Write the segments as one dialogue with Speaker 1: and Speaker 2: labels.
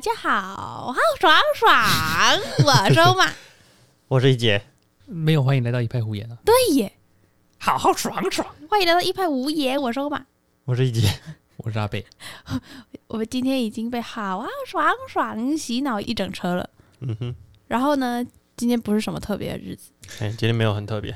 Speaker 1: 家好，好爽爽，我说嘛，
Speaker 2: 我是一姐，
Speaker 3: 没有欢迎来到一派胡言啊！
Speaker 1: 对耶，
Speaker 3: 好好爽爽，
Speaker 1: 欢迎来到一派无言，我说嘛，
Speaker 2: 我是一姐，
Speaker 3: 我是阿贝。
Speaker 1: 我们今天已经被好啊爽爽洗脑一整车了。
Speaker 2: 嗯哼，
Speaker 1: 然后呢，今天不是什么特别的日子，
Speaker 2: 哎，今天没有很特别，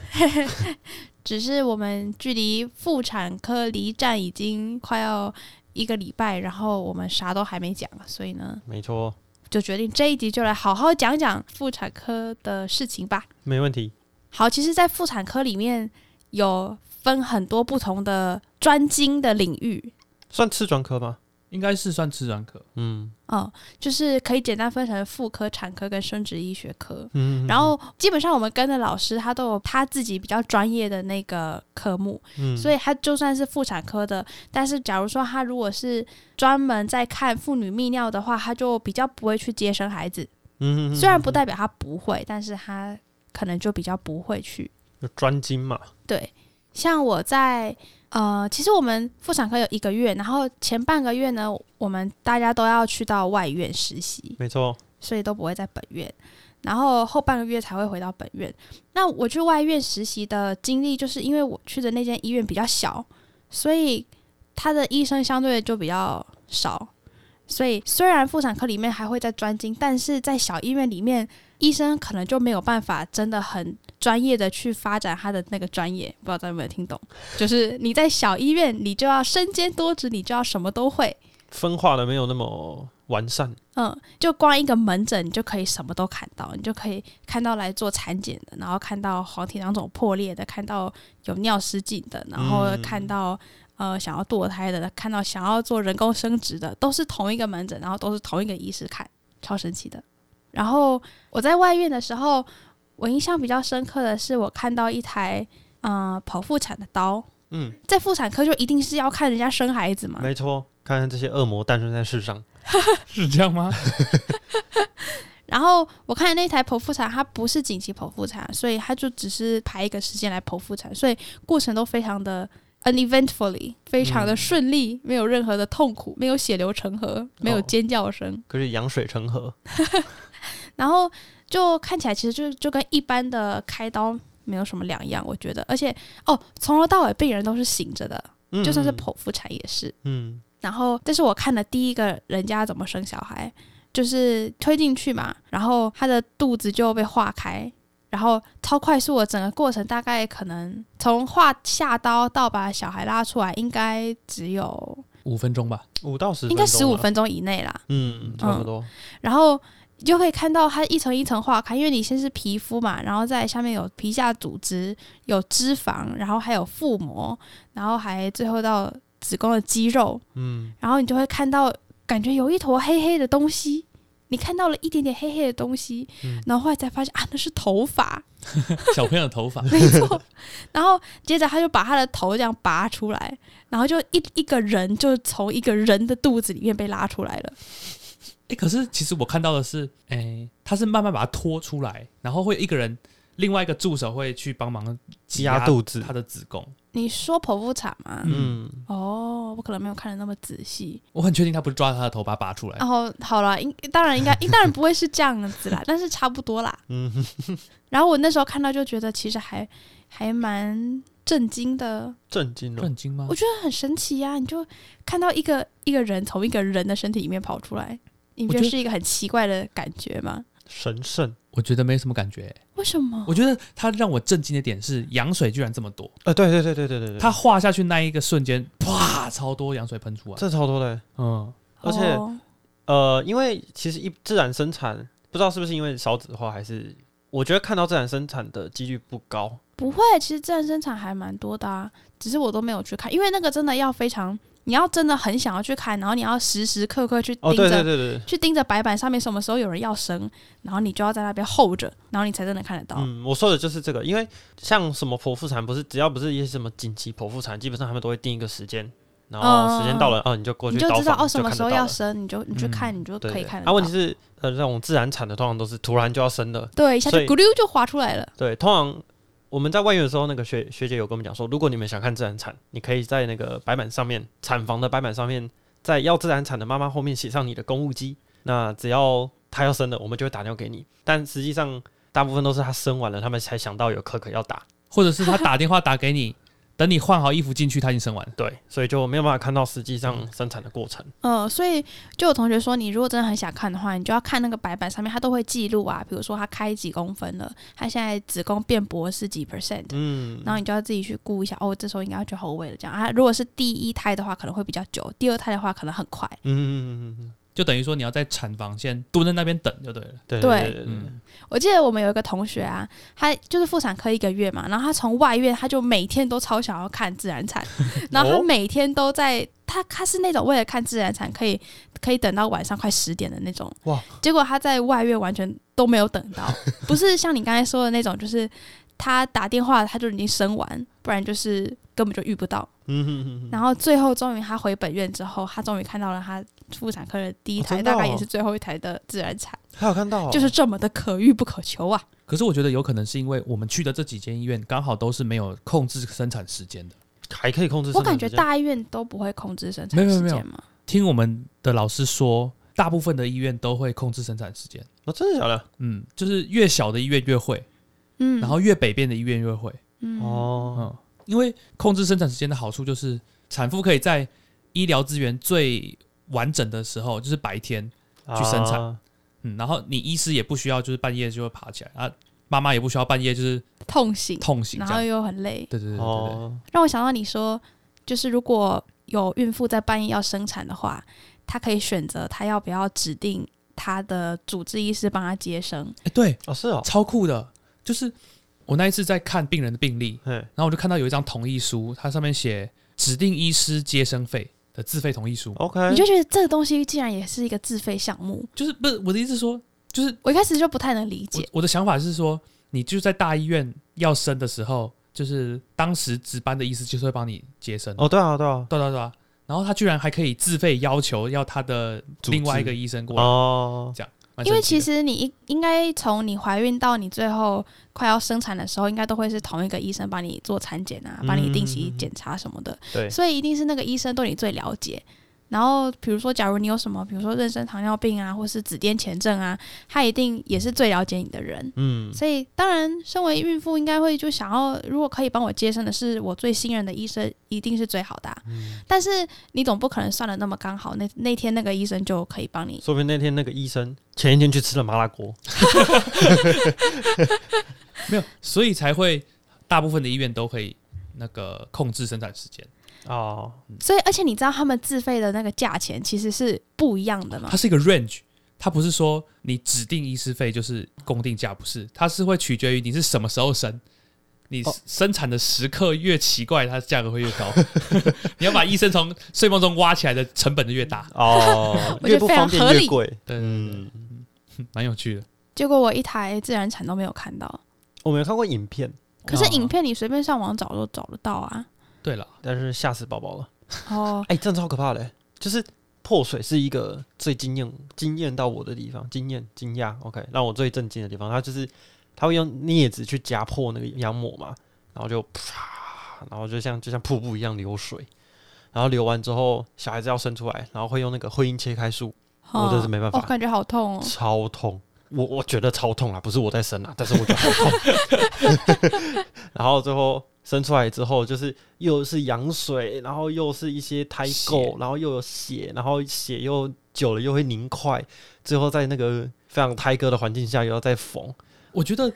Speaker 1: 只是我们距离妇产科离站已经快要一个礼拜，然后我们啥都还没讲，所以呢，
Speaker 2: 没错，
Speaker 1: 就决定这一集就来好好讲讲妇产科的事情吧。
Speaker 2: 没问题，
Speaker 1: 好，其实，在妇产科里面有分很多不同的专精的领域，
Speaker 2: 算次专科吧，
Speaker 3: 应该是算吃专科，
Speaker 2: 嗯
Speaker 1: 嗯，就是可以简单分成妇科、产科跟生殖医学科。
Speaker 2: 嗯，
Speaker 1: 然后基本上我们跟的老师他都有他自己比较专业的那个科目，
Speaker 2: 嗯
Speaker 1: 所以他就算是妇产科的，但是假如说他如果是专门在看妇女泌尿的话，他就比较不会去接生孩子。
Speaker 2: 嗯哼
Speaker 1: 虽然不
Speaker 2: 带
Speaker 1: 代表他不会，但是他可能就比较不会去。
Speaker 2: 专精嘛，
Speaker 1: 对，像我在呃，其实我们妇产科有一个月，然后前半个月呢，我们大家都要去到外院实习，
Speaker 2: 没错，
Speaker 1: 所以都不会在本院。然后后半个月才会回到本院。那我去外院实习的经历，就是因为我去的那间医院比较小，所以他的医生相对就比较少。所以虽然妇产科里面还会在专精，但是在小医院里面，医生可能就没有办法真的很专业的去发展他的那个专业。不知道大家有没有听懂？就是你在小医院，你就要身兼多职，你就要什么都会。
Speaker 2: 分化的没有那么完善，
Speaker 1: 嗯，就光一个门诊，你就可以什么都看到，你就可以看到来做产检的，然后看到黄体囊肿破裂的，看到有尿失禁的，然后
Speaker 2: 嗯
Speaker 1: 看到、呃想要堕胎的，看到想要做人工生殖的，都是同一个门诊，然后都是同一个医师看，超神奇的。然后我在外院的时候，我印象比较深刻的是，我看到一台嗯、呃剖腹产的刀，
Speaker 2: 嗯，
Speaker 1: 在妇产科就一定是要看人家生孩子嘛，
Speaker 2: 没错，看看这些恶魔诞生在世上，
Speaker 3: 是这样吗？
Speaker 1: 然后我看那台剖腹产，它不是紧急剖腹产，所以它就只是排一个时间来剖腹产，所以过程都非常的 uneventfully，非常的顺利，没有任何的痛苦，没有血流成河，没有尖叫声，
Speaker 2: 可是羊水成河，
Speaker 1: 然后就看起来其实就就跟一般的开刀没有什么两样，我觉得。而且哦，从头到尾病人都是醒着的，
Speaker 2: 嗯
Speaker 1: 就算是，剖腹产也是。
Speaker 2: 嗯
Speaker 1: 然后这是我看的第一个人家怎么生小孩，就是推进去嘛，然后他的肚子就被化开，然后超快速的整个过程大概可能从化下刀到把小孩拉出来，应该只有
Speaker 3: 五分钟 吧，
Speaker 2: 嗯，五到十，
Speaker 1: 应该十五，分钟以内啦。
Speaker 2: 嗯，差不多，
Speaker 1: 然后你就可以看到它一层一层化开，因为你先是皮肤嘛，然后在下面有皮下组织、有脂肪，然后还有腹膜，然后还最后到子宫的肌肉，
Speaker 2: 嗯，
Speaker 1: 然后你就会看到，感觉有一坨黑黑的东西，你看到了一点点黑黑的东西，
Speaker 2: 嗯
Speaker 1: 然后后来才发现啊，那是头发，
Speaker 3: 小朋友的头发
Speaker 1: 没 错。然后接着他就把他的头这样拔出来，然后就一一个人就从一个人的肚子里面被拉出来了。
Speaker 3: 哎、可是其实我看到的是，哎、他是慢慢把它拖出来，然后会有一个人，另外一个助手会去帮忙
Speaker 2: 嗯
Speaker 3: 挤
Speaker 2: 压肚子
Speaker 3: 他，的子宫。
Speaker 1: 你说剖腹产吗？
Speaker 2: 嗯，
Speaker 1: 哦，我可能没有看的那么仔细。
Speaker 3: 我很确定他不是抓他的头发拔
Speaker 2: 哎
Speaker 3: 出来，
Speaker 2: 哦
Speaker 1: 然后好了，应当然应 该，当然不会是这样子啦，但是差不多啦。
Speaker 2: 嗯
Speaker 1: 然后我那时候看到就觉得，其实还还蛮震惊的，
Speaker 2: 震惊了，
Speaker 3: 震惊吗
Speaker 1: 我？觉得很神奇呀、你就看到一个一个人从一个人的身体里面跑出来，你不觉
Speaker 3: 我
Speaker 1: 得
Speaker 3: 觉得
Speaker 1: 是一个很奇怪的感觉吗？
Speaker 2: 神圣，
Speaker 3: 我觉得没什么感觉、
Speaker 2: 哦
Speaker 1: 为什么？
Speaker 3: 我觉得他让我震惊的点是，羊水居然这么多。
Speaker 2: 呃，对对对对对对对，
Speaker 3: 它化下去那一个瞬间，啪，超多羊水喷出来。
Speaker 2: 这超多的，
Speaker 3: 嗯，
Speaker 2: 而且
Speaker 1: 哦
Speaker 2: 呃，因为其实一自然生产，不知道是不是因为少子化，还是我觉得看到自然生产的几率不高。
Speaker 1: 不会，其实自然生产还蛮多的啊，只是我都没有去看，因为那个真的要非常，你要真的很想要去看，然后你要时时刻刻去盯
Speaker 2: 哦，
Speaker 1: 着。
Speaker 2: 对对对对，
Speaker 1: 去盯着白板上面什么时候有人要生，然后你就要在那边候着，然后你才真的看得到。
Speaker 2: 嗯，我说的就是这个，因为像什么剖腹产，不是只要不是一些什么紧急剖腹产，基本上他们都会定一个时间，然后时间到了，哦、你就过去
Speaker 1: 你就
Speaker 2: 刀
Speaker 1: 知道
Speaker 2: 房
Speaker 1: 哦什么
Speaker 2: 看
Speaker 1: 时
Speaker 2: 得
Speaker 1: 候
Speaker 2: 到
Speaker 1: 要
Speaker 2: 了
Speaker 1: 生，你就你去
Speaker 3: 嗯
Speaker 1: 看，你就
Speaker 2: 对
Speaker 1: 可以
Speaker 2: 对
Speaker 1: 看得到。
Speaker 2: 啊，问题是，呃，这种自然产的通常都是突然就要生的，
Speaker 1: 对，一下就
Speaker 2: 所以
Speaker 1: 咕溜就滑出来了。
Speaker 2: 对，通常我们在外院的时候，那个学学姐有跟我们讲说，如果你们想看自然产，你可以在那个白板上面，产房的白板上面，在要自然产的妈妈后面写上你的公务机，那只要他要生了，我们就会打电话给你。但实际上，大部分都是他生完了，他们才想到有可可要打。
Speaker 3: 或者 是他打电话打给你，等你换好衣服进去，他已经生完了。
Speaker 2: 对，所以就没有办法看到实际上生产的过程。
Speaker 1: 嗯，所以就有同学说，你如果真的很想看的话，你就要看那个白板上面，它都会记录啊，比如说它开几公分了，它现在子宫变薄是几 percent，、
Speaker 2: 嗯，
Speaker 1: 然后你就要自己去估一下，哦，这时候应该要去后位了。这样啊，如果是第一胎的话，可能会比较久；第二胎的话，可能很快。
Speaker 2: 嗯嗯嗯嗯，
Speaker 3: 就等于说你要在产房先蹲在那边等就对了。
Speaker 2: 对
Speaker 1: 对
Speaker 2: 对对对
Speaker 3: 嗯，
Speaker 1: 我记得我们有一个同学啊，他就是妇产科一个月嘛，然后他从外院他就每天都超想要看自然 产，然后他每天都在他他是那种为了看自然产可以可以等到晚上快十点的那种，
Speaker 2: 哇！
Speaker 1: 结果他在外院完全都没有等 到，不是像你刚才说的那种，就是他打电话他就已经生完，不然就是根本就遇不到。
Speaker 2: 嗯哼哼哼，
Speaker 1: 然后最后终于他回本院之后，他终于看到了他妇产科的第一
Speaker 2: 哦
Speaker 1: 台，
Speaker 2: 真的哦
Speaker 1: 大概也是最后一台的自然产，
Speaker 2: 还有看到哦
Speaker 1: 就是这么的可遇不可求啊。
Speaker 3: 可是我觉得有可能是因为我们去的这几间医院刚好都是没有控制生产时间的。
Speaker 2: 还可以控制
Speaker 1: 我
Speaker 2: 生
Speaker 1: 感
Speaker 2: 产
Speaker 1: 觉
Speaker 2: 时间。
Speaker 1: 大医院都不会控制生产
Speaker 3: 没有没有
Speaker 1: 时
Speaker 3: 没有
Speaker 1: 间嘛。
Speaker 3: 听我们的老师说，大部分的医院都会控制生产时间。
Speaker 2: 哦，真的假的？
Speaker 3: 嗯，就是越小的医院越会，
Speaker 1: 嗯，
Speaker 3: 然后越北边的医院越会。
Speaker 1: 嗯，
Speaker 2: 哦，
Speaker 3: 嗯，因为控制生产时间的好处就是，产妇可以在医疗资源最完整的时候，就是白天，去生产
Speaker 2: 啊
Speaker 3: 嗯，然后你医师也不需要就是半夜就会爬起来啊，妈妈也不需要半夜就是
Speaker 1: 痛醒，
Speaker 3: 痛醒
Speaker 1: 然
Speaker 3: 这
Speaker 1: 后
Speaker 3: 样。
Speaker 1: 又很累，
Speaker 3: 对对对对对对，
Speaker 2: 哦，
Speaker 1: 让我想到你说，就是如果有孕妇在半夜要生产的话，她可以选择她要不要指定她的主治医师帮她接生。
Speaker 3: 哎对，
Speaker 2: 哦是哦，
Speaker 3: 超酷的，就是我那一次在看病人的病历，
Speaker 2: 嘿，
Speaker 3: 然后我就看到有一张同意书，它上面写指定医师接生费的自费同意书，
Speaker 2: OK，
Speaker 1: 你就觉得这个东西竟然也是一个自费项目，
Speaker 3: 就是不是我的意思是说，就是
Speaker 1: 我一开始就不太能理
Speaker 3: 我
Speaker 1: 解。
Speaker 3: 我的想法是说，你就在大医院要生的时候，就是当时值班的医师就是会帮你接生，
Speaker 2: 哦，对啊，对啊，
Speaker 3: 对对对啊，然后他居然还可以自费要求要他的
Speaker 2: 主治
Speaker 3: 另外一个医生过来，
Speaker 2: 哦，
Speaker 3: 蛮神奇的
Speaker 1: 因为其实你应应该从你怀孕到你最后快要生产的时候，应该都会是同一个医生帮你做产检啊，
Speaker 2: 嗯
Speaker 1: 帮你定期检查什么的，
Speaker 2: 对，
Speaker 1: 所以一定是那个医生对你最了解。然后，比如说，假如你有什么，比如说妊娠糖尿病啊，或是子痫前症啊，他一定也是最了解你的人。
Speaker 2: 嗯，
Speaker 1: 所以，当然，身为孕妇应该会就想要，如果可以帮我接生的是我最信任的医生，一定是最好的啊、
Speaker 2: 嗯
Speaker 1: 但是你总不可能算的那么刚好，那那天那个医生就可以帮你。
Speaker 2: 说不定那天那个医生前一天去吃了麻辣锅，
Speaker 3: 没有，所以才会大部分的医院都可以那个控制生产时间，
Speaker 2: 哦，
Speaker 1: 所以，而且你知道他们自费的那个价钱其实是不一样的吗
Speaker 2: 嗯
Speaker 3: 它？是一个 range，它不是说你指定医师费就是公定价，不是，它是会取决于你是什么时候生。你
Speaker 2: 哦
Speaker 3: 生产的时刻越奇怪，它价格会越高。 你要把医生从睡梦中挖起来的成本就越大，
Speaker 2: 哦，
Speaker 1: 我觉得
Speaker 2: 越不方
Speaker 1: 非
Speaker 2: 便
Speaker 1: 常合理
Speaker 2: 越贵。
Speaker 3: 对
Speaker 2: 嗯，
Speaker 3: 蛮有趣的。
Speaker 1: 结果我一台自然产都没有看到，
Speaker 2: 我没有看过影片，
Speaker 1: 可是
Speaker 3: 哦
Speaker 1: 影片你随便上网找都找得到 啊。
Speaker 3: 对了，
Speaker 2: 但是吓死宝宝了。
Speaker 1: 哦，
Speaker 2: 哎、真的超可怕的、就是破水是一个最惊艳、惊艳到我的地方，惊艳、惊讶。OK，让我最震惊的地方，它就是它会用镊子去夹破那个羊膜嘛，然后就啪，然后就像就像瀑布一样流水，然后流完之后，小孩子要生出来，然后会用那个会阴切开术，我真是没办法
Speaker 1: 哦，感觉好痛哦。
Speaker 2: 超痛。我我觉得超痛啦，不是我在生啊，但是我觉得好痛。 然后最后生出来之后，就是又是羊水，然后又是一些胎
Speaker 3: 血
Speaker 2: 垢，然后又有血，然后血又久了又会凝块，最后在那个非常胎哥的环境下又要再缝。
Speaker 3: 我 觉得，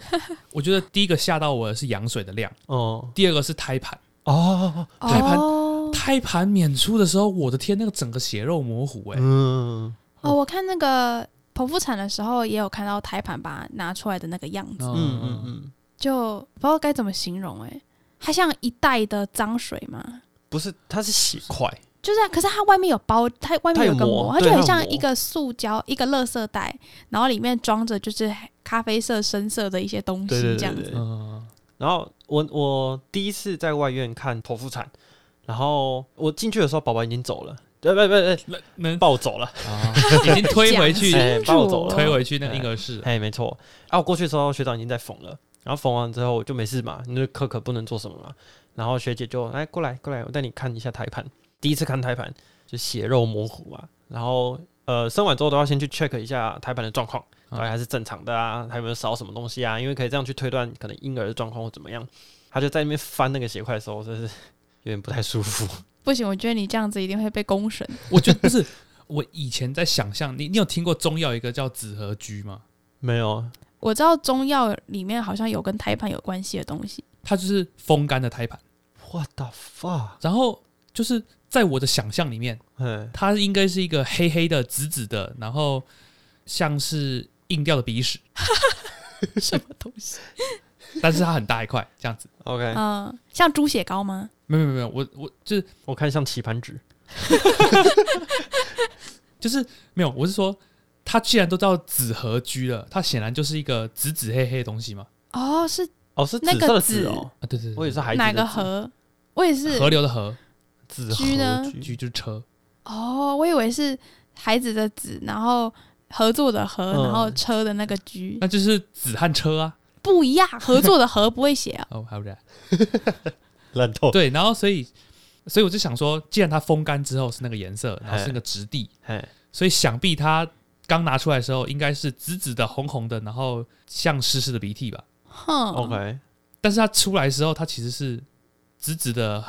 Speaker 3: 我觉得第一个吓到我的是羊水的量，
Speaker 2: 嗯，
Speaker 3: 第二个是胎盘。
Speaker 2: 哦，
Speaker 3: 胎盘
Speaker 1: 哦，
Speaker 3: 胎盘娩出的时候，我的天，那个整个血肉模糊、哎、
Speaker 2: 嗯，
Speaker 1: 哦，我看那个剖腹产的时候也有看到胎盘把它拿出来的那个样子，
Speaker 3: 嗯
Speaker 2: 嗯嗯嗯，
Speaker 1: 就不知道该怎么形容哎、它像一袋的脏水嘛，
Speaker 2: 不是，它是血块，
Speaker 1: 就是、啊，可是它外面有包，它外面
Speaker 2: 它有
Speaker 1: 有个
Speaker 2: 膜
Speaker 1: 膜，它
Speaker 2: 对
Speaker 1: 就很
Speaker 2: 它有
Speaker 1: 像
Speaker 2: 膜
Speaker 1: 一个塑胶一个垃圾袋，然后里面装着就是咖啡色、深色的一些东
Speaker 2: 对对
Speaker 1: 西这
Speaker 2: 对
Speaker 1: 样
Speaker 2: 对
Speaker 1: 子。
Speaker 3: 嗯，
Speaker 2: 然后我我第一次在外院看剖腹产，然后我进去的时候，宝宝已经走了，对呃不不不，
Speaker 3: 那 能
Speaker 2: 抱走了，
Speaker 3: 啊，已经推 回去，
Speaker 1: 讲
Speaker 2: 哎
Speaker 1: 清楚
Speaker 2: 帮我走了
Speaker 3: 推回去那个婴儿室。
Speaker 2: 哎，没错。啊，我过去的时候学长已经在缝了，然后缝完之后我就没事嘛，那可可不能做什么嘛。然后学姐就哎来过来过来，我带你看一下胎盘。第一次看胎盘就血肉模糊嘛，然后呃生完之后都要先去 check 一下胎盘的状况，
Speaker 3: 嗯
Speaker 2: 到底还是正常的啊，还有没有少什么东西啊？因为可以这样去推断可能婴儿的状况或怎么样。他就在那边翻那个血块的时候，真是 有点不太舒服。
Speaker 1: 不行，我觉得你这样子一定会被公审。
Speaker 3: 我觉得不是，我以前在想象，你你有听过中药有一个叫紫河居吗？
Speaker 2: 没有，
Speaker 1: 我知道中药里面好像有跟胎盘有关系的东西，
Speaker 3: 它就是风干的胎盘，
Speaker 2: What the fuck？
Speaker 3: 然后就是在我的想象里面，
Speaker 2: 嗯，
Speaker 3: 它应该是一个黑黑的、紫紫的，然后像是硬掉的鼻屎，
Speaker 1: 什么东西？
Speaker 3: 但是它很大一块这样子。
Speaker 2: OK，、
Speaker 1: 嗯，像猪血糕吗？
Speaker 3: 没有没有没有，我我就是
Speaker 2: 我看像棋盘纸，
Speaker 3: 就是没有，我是说，它既然都叫紫河居了，它显然就是一个紫紫黑黑的东西嘛。
Speaker 1: 哦，是
Speaker 2: 哦，是紫
Speaker 1: 那个
Speaker 2: 色的
Speaker 1: 紫
Speaker 2: 紫哦，
Speaker 3: 啊，对对对，
Speaker 2: 我也是孩子的
Speaker 1: 哪个
Speaker 2: 紫
Speaker 1: 河？我也是
Speaker 3: 河流的河，
Speaker 2: 紫
Speaker 1: 居呢
Speaker 2: 河
Speaker 3: 居
Speaker 2: 居
Speaker 3: 就是车，
Speaker 1: 哦，我以为是孩子的子，然后合作的合，
Speaker 2: 嗯
Speaker 1: 然后车的那个居、
Speaker 3: 那就是子和车啊。
Speaker 1: 不一样，合作的合不会写啊。
Speaker 3: 哦，还有这样
Speaker 2: 烂透，
Speaker 3: 对，然后所以所以我就想说，既然它风干之后是那个颜色，然后是那个质地，
Speaker 2: 哎，
Speaker 3: 所以想必它刚拿出来的时候应该是紫紫的、红红的，然后像湿湿的鼻涕吧。
Speaker 1: 哼
Speaker 2: OK，
Speaker 3: 但是它出来的时候，它其实是紫紫的、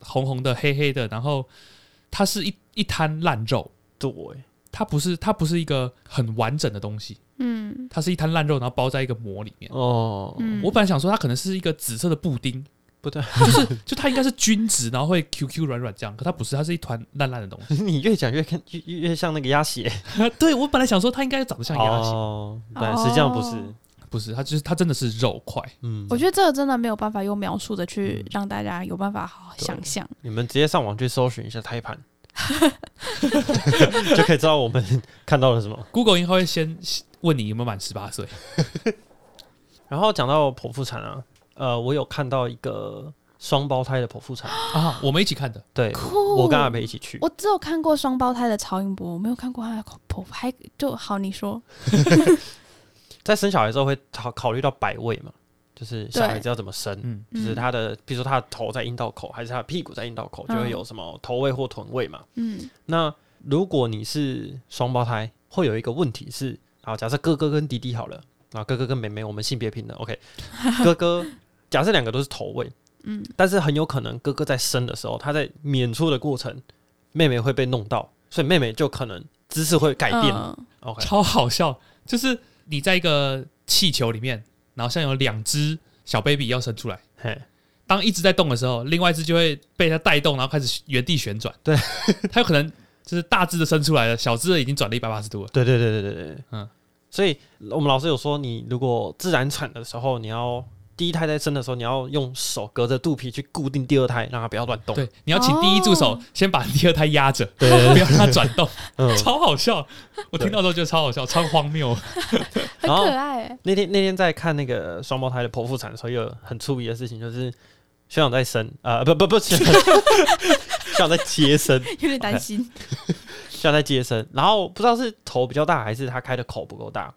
Speaker 3: 红红的、黑黑的，然后它是一一滩烂肉，
Speaker 2: 对，
Speaker 3: 它不是它不是一个很完整的东西，
Speaker 1: 嗯
Speaker 3: 它是一滩烂肉，然后包在一个膜里面。
Speaker 2: 哦，
Speaker 1: 嗯，
Speaker 3: 我本来想说它可能是一个紫色的布丁，
Speaker 2: 不对，
Speaker 3: 就是就它应该是均值，然后会 Q Q 软软这样，可它不是，它是一团烂烂的东西。
Speaker 2: 你越讲越看越越越像那个鸭 血，
Speaker 3: 对我本来想说它应该长得像鸭血，
Speaker 2: 哦，但实际上不是
Speaker 1: 哦，
Speaker 3: 不是，它就是它真的是肉块。
Speaker 2: 嗯
Speaker 1: 我，觉得这个真的没有办法用描述的去
Speaker 2: 嗯
Speaker 1: 让大家有办法好好想象。
Speaker 2: 你们直接上网去搜寻一下胎盘， 就可以知道我们看到了什么。
Speaker 3: Google 应该会先问你有没有满十八岁，
Speaker 2: 然后讲到剖腹产啊，呃，我有看到一个双胞胎的剖腹产，
Speaker 3: 啊，我们一起看的，
Speaker 2: 对
Speaker 1: 酷
Speaker 2: 我跟阿北一起去，
Speaker 1: 我只有看过双胞胎的曹颖博，我没有看过他的剖还就好。你说
Speaker 2: 在生小孩之后会考考虑到百位嘛，就是小孩
Speaker 1: 对
Speaker 2: 子要怎么生，
Speaker 3: 嗯，
Speaker 2: 就是他的，比如说他的头在阴道口，还是他的屁股在阴道口，就会
Speaker 1: 嗯
Speaker 2: 有什么头位或臀位嘛。
Speaker 1: 嗯
Speaker 2: 那如果你是双胞胎，会有一个问题是，啊，假设哥哥跟弟弟好了，啊，哥哥跟妹妹，我们性别平等，OK，哥 哥假设两个都是头位，
Speaker 1: 嗯
Speaker 2: 但是很有可能哥哥在生的时候，他在娩出的过程，妹妹会被弄到，所以妹妹就可能姿势会改变、
Speaker 1: 嗯
Speaker 2: o k
Speaker 3: 超好笑，就是你在一个气球里面，然后像有两只小 baby 要生出来。
Speaker 2: 嘿，
Speaker 3: 当一只在动的时候，另外一只就会被它带动，然后开始原地旋转。
Speaker 2: 对，
Speaker 3: 它有可能就是大只的伸出来了，小只的已经转了一百八十度了。
Speaker 2: 对对对对对对，
Speaker 3: 嗯
Speaker 2: 嗯，所以我们老师有说，你如果自然产的时候，你要第一胎在生的时候，你要用手隔着肚皮去固定第二胎，让它不要乱动。
Speaker 3: 对，你要请第一助手
Speaker 1: 哦
Speaker 3: 先把第二胎压着，
Speaker 2: 哦对
Speaker 3: 不要让它转动，
Speaker 2: 嗯，
Speaker 3: 超好笑。我听到之后觉得超好笑，超荒谬。
Speaker 1: 很
Speaker 2: 然后
Speaker 1: 可爱、 欸。
Speaker 2: 那天那天在看那个双胞胎的剖腹产的时候，也有很出迷的事情，就是学长在生，呃，不不不，学长 学长在接生，
Speaker 1: 有点担心。
Speaker 2: 像在接生，然后不知道是头比较大还是他开的口不够大，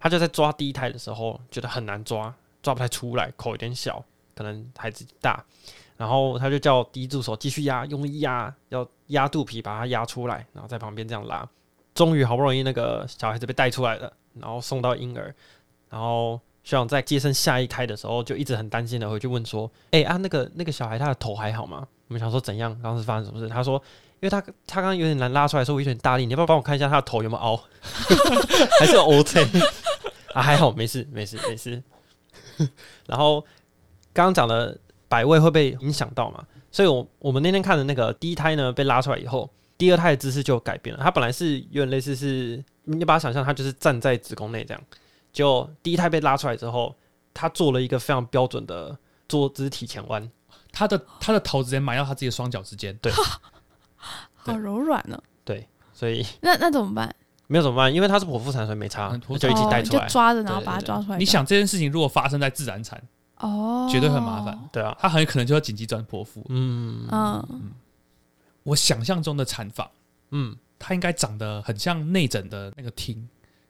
Speaker 2: 他就在抓第一胎的时候觉得很难抓，抓不太出来，口有点小，可能孩子大，然后他就叫第一助手继续压，用力压，要压肚皮把它压出来，然后在旁边这样拉，终于好不容易那个小孩子被带出来了，然后送到婴儿，然后。学长在接生下一胎的时候，就一直很担心的回去问说：“哎、啊，那个那个小孩他的头还好吗？”我们想说怎样，当时发生什么事？他说：“因为他 他刚刚有点难拉出来，所以我有点大力，你要不要帮我看一下他的头有没有凹，还是有 O C 啊？还好，没事，没事，没事。然后刚刚讲的百位会被影响到嘛，所以我我们那天看的那个第一胎呢被拉出来以后，第二胎的姿势就有改变了。它本来是有点类似是，你把它想象它就是站在子宫内这样，就第一胎被拉出来之后，它做了一个非常标准的坐姿体前弯，
Speaker 3: 它的它的头直接埋到它自己的双脚之间。
Speaker 1: 好柔软呢、
Speaker 2: 所以
Speaker 1: 那那怎么办？
Speaker 2: 没有怎么办，因为它是剖腹产，所以没差
Speaker 3: 嗯，剖腹
Speaker 2: 就一起
Speaker 1: 哦
Speaker 2: 带
Speaker 1: 你
Speaker 2: 出来
Speaker 1: 就。抓着，然
Speaker 2: 对
Speaker 1: 后
Speaker 2: 对
Speaker 1: 把它
Speaker 2: 对
Speaker 1: 抓出来。
Speaker 3: 你想这件事情如果发生在自然产，
Speaker 1: Oh 哦，
Speaker 3: 绝对很麻烦。
Speaker 2: 对啊，
Speaker 3: 它很有可能就要紧急转剖腹。
Speaker 2: 嗯
Speaker 1: 嗯，
Speaker 3: 我想象中的产房，
Speaker 2: 嗯，
Speaker 3: 它应该长得很像内诊的那个厅，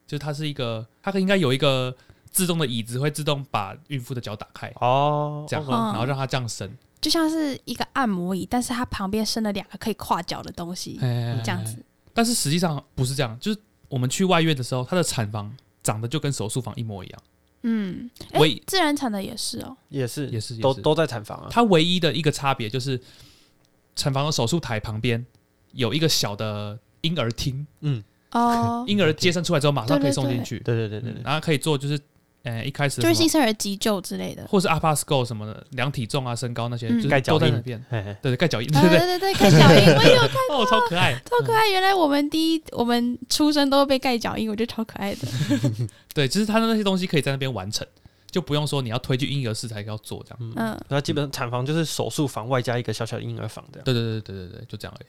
Speaker 3: 就是它是一个，它应该有一个自动的椅子，会自动把孕妇的脚打开，
Speaker 2: 哦，
Speaker 3: 这样，
Speaker 1: 嗯
Speaker 3: 然后让它这样伸，
Speaker 1: 就像是一个按摩椅，但是它旁边伸了两个可以跨脚的东西，
Speaker 3: 哎
Speaker 1: 嗯哦这样子。
Speaker 3: 但是实际上不是这样，就是我们去外院的时候，它的产房长得就跟手术房一模一样。
Speaker 1: 嗯，哎、
Speaker 3: 唯
Speaker 1: 自然产的也是哦，
Speaker 2: 也是
Speaker 3: 也是也
Speaker 2: 都
Speaker 3: 是
Speaker 2: 都在产房啊，
Speaker 3: 它唯一的一个差别就是，产房的手术台旁边有一个小的婴儿厅，
Speaker 1: 哦，
Speaker 3: 婴儿接生出来之后马上可
Speaker 1: 对
Speaker 3: 以
Speaker 1: 对
Speaker 3: 送进
Speaker 1: 对
Speaker 3: 去，
Speaker 2: 对对对对
Speaker 3: 嗯
Speaker 2: 对，
Speaker 3: 然后可以做就是，呃，一开始的
Speaker 1: 就是
Speaker 3: 什
Speaker 1: 新
Speaker 3: 么
Speaker 1: 生儿急救之类的。
Speaker 3: 或是 a p a s c o 什么的，量体重啊、身高那些，
Speaker 1: 嗯
Speaker 3: 就是
Speaker 2: 盖脚
Speaker 3: 都在
Speaker 2: 印
Speaker 3: 那边。
Speaker 2: 嘿嘿，
Speaker 3: 对对，盖脚印， 对
Speaker 1: 啊
Speaker 3: 对
Speaker 1: 对
Speaker 3: 对，
Speaker 1: 对对，盖脚印，我有看，
Speaker 3: 哦，超可爱，
Speaker 1: 超可
Speaker 3: 嗯。
Speaker 1: 哎爱。原来我们第一，我们出生都被盖脚印，我觉得超可 爱的。
Speaker 3: 对，就是它的那些东西可以在那边完成，就不用说你要推去婴儿室才要做这样。
Speaker 2: 嗯，
Speaker 1: 嗯，
Speaker 2: 那基本上产房就是手术房外加一个小小的婴儿房这样。
Speaker 3: 对对对对对对，就这样而已。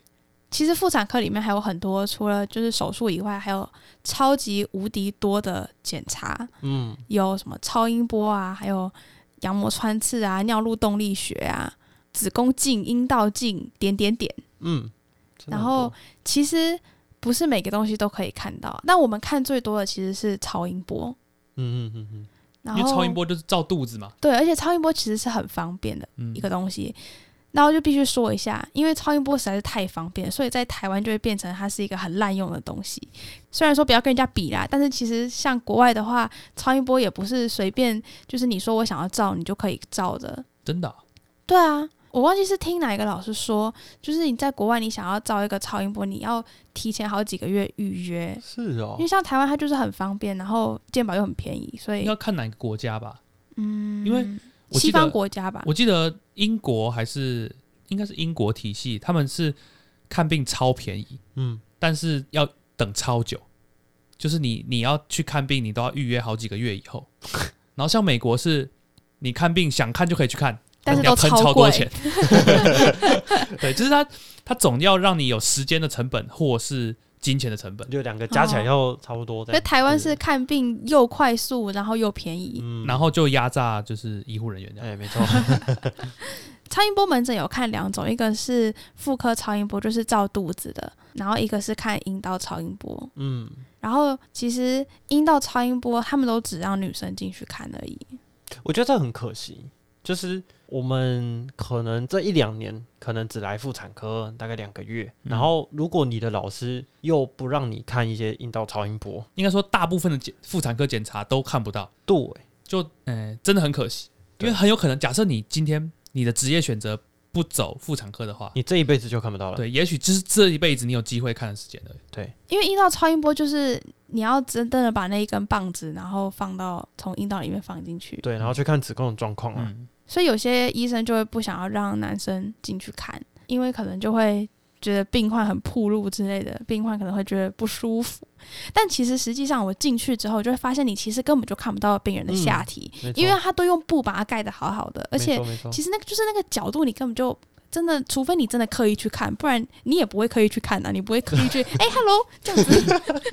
Speaker 1: 其实妇产科里面还有很多，除了就是手术以外，还有超级无敌多的检查，
Speaker 2: 嗯，
Speaker 1: 有什么超音波啊，还有羊膜穿刺啊、尿路动力学啊、子宫镜、阴道镜，点点点。
Speaker 2: 嗯，真的
Speaker 1: 然
Speaker 2: 很
Speaker 1: 后
Speaker 2: 多
Speaker 1: 其实不是每个东西都可以看到，但我们看最多的其实是超音波。
Speaker 2: 嗯嗯嗯嗯，
Speaker 1: 然
Speaker 3: 因为
Speaker 1: 后
Speaker 3: 超音波就是照肚子嘛，
Speaker 1: 对，而且超音波其实是很方便的
Speaker 3: 嗯
Speaker 1: 一，个东西。那我就必须说一下，因为超音波实在是太方便，所以在台湾就会变成它是一个很滥用的东西。虽然说不要跟人家比啦，但是其实像国外的话，超音波也不是随便，就是你说我想要照，你就可以照的。
Speaker 3: 真的啊、
Speaker 1: 对啊，我忘记是听哪一个老师说，就是你在国外你想要照一个超音波，你要提前好几个月预约，
Speaker 2: 是哦
Speaker 1: 因为，像台湾它就是很方便，然后健保又很便宜，所
Speaker 3: 应
Speaker 1: 以
Speaker 3: 该要看哪个国家吧。
Speaker 1: 嗯，
Speaker 3: 因为我记
Speaker 1: 西方
Speaker 3: 得
Speaker 1: 国家吧，
Speaker 3: 我记得英国还是应该是英国体系，他们是看病超便宜，
Speaker 2: 嗯，
Speaker 3: 但是要等超久，就是你你要去看病，你都要预约好几个月以后。然后像美国是，你看病想看就可以去看，
Speaker 1: 但是
Speaker 3: 你要
Speaker 1: 都
Speaker 3: 喷超多
Speaker 1: 贵，
Speaker 3: 钱。 对，就是它它总要让你有时间的成本或是金钱的成本。
Speaker 2: 就两个加起
Speaker 1: 哦
Speaker 2: 来要差不多这
Speaker 1: 所以
Speaker 2: 样。
Speaker 1: 台湾是看病又快速，然后又便宜。
Speaker 2: 嗯
Speaker 3: 然后就压榨就是医护人员这样，
Speaker 2: 哎， 没错，
Speaker 1: 超音波门诊有看两种，一个是妇科超音波，就是照肚子的，然后一个是看阴道超音波。
Speaker 2: 嗯，
Speaker 1: 然后其实阴道超音波他们都只让女生进去看而已。
Speaker 2: 我觉得这很可惜，就是我们可能这一两年可能只来妇产科大概两个月，
Speaker 3: 嗯
Speaker 2: 然后如果你的老师又不让你看一些阴道超音波，
Speaker 3: 应该说大部分的检妇产科检查都看不到，
Speaker 2: 对，
Speaker 3: 就呃真的很可惜，因
Speaker 2: 对
Speaker 3: 为很有可能，假设你今天你的职业选择不走妇产科的话，
Speaker 2: 你这一辈子就看不到了。
Speaker 3: 对，也许就是这一辈子你有机会看的时间而已。
Speaker 1: 因为阴道超音波就是你要真正的把那一根棒子，然后放到从阴道里面放进去，
Speaker 2: 对，然后去看子宫的状况啊，
Speaker 3: 嗯，
Speaker 1: 所以有些医生就会不想要让男生进去看，因为可能就会觉得病患很暴露之类的，病患可能会觉得不舒服。但其实实际上我进去之后，就会发现你其实根本就看不到病人的下体，
Speaker 2: 嗯没错
Speaker 1: 因为他都用布把它盖得好好的，而且
Speaker 2: 没错没错
Speaker 1: 其实那个就是那个角度，你根本就真的，除非你真的刻意去看，不然你也不会刻意去看啊的、你不会刻意去 哎、hello 这样子，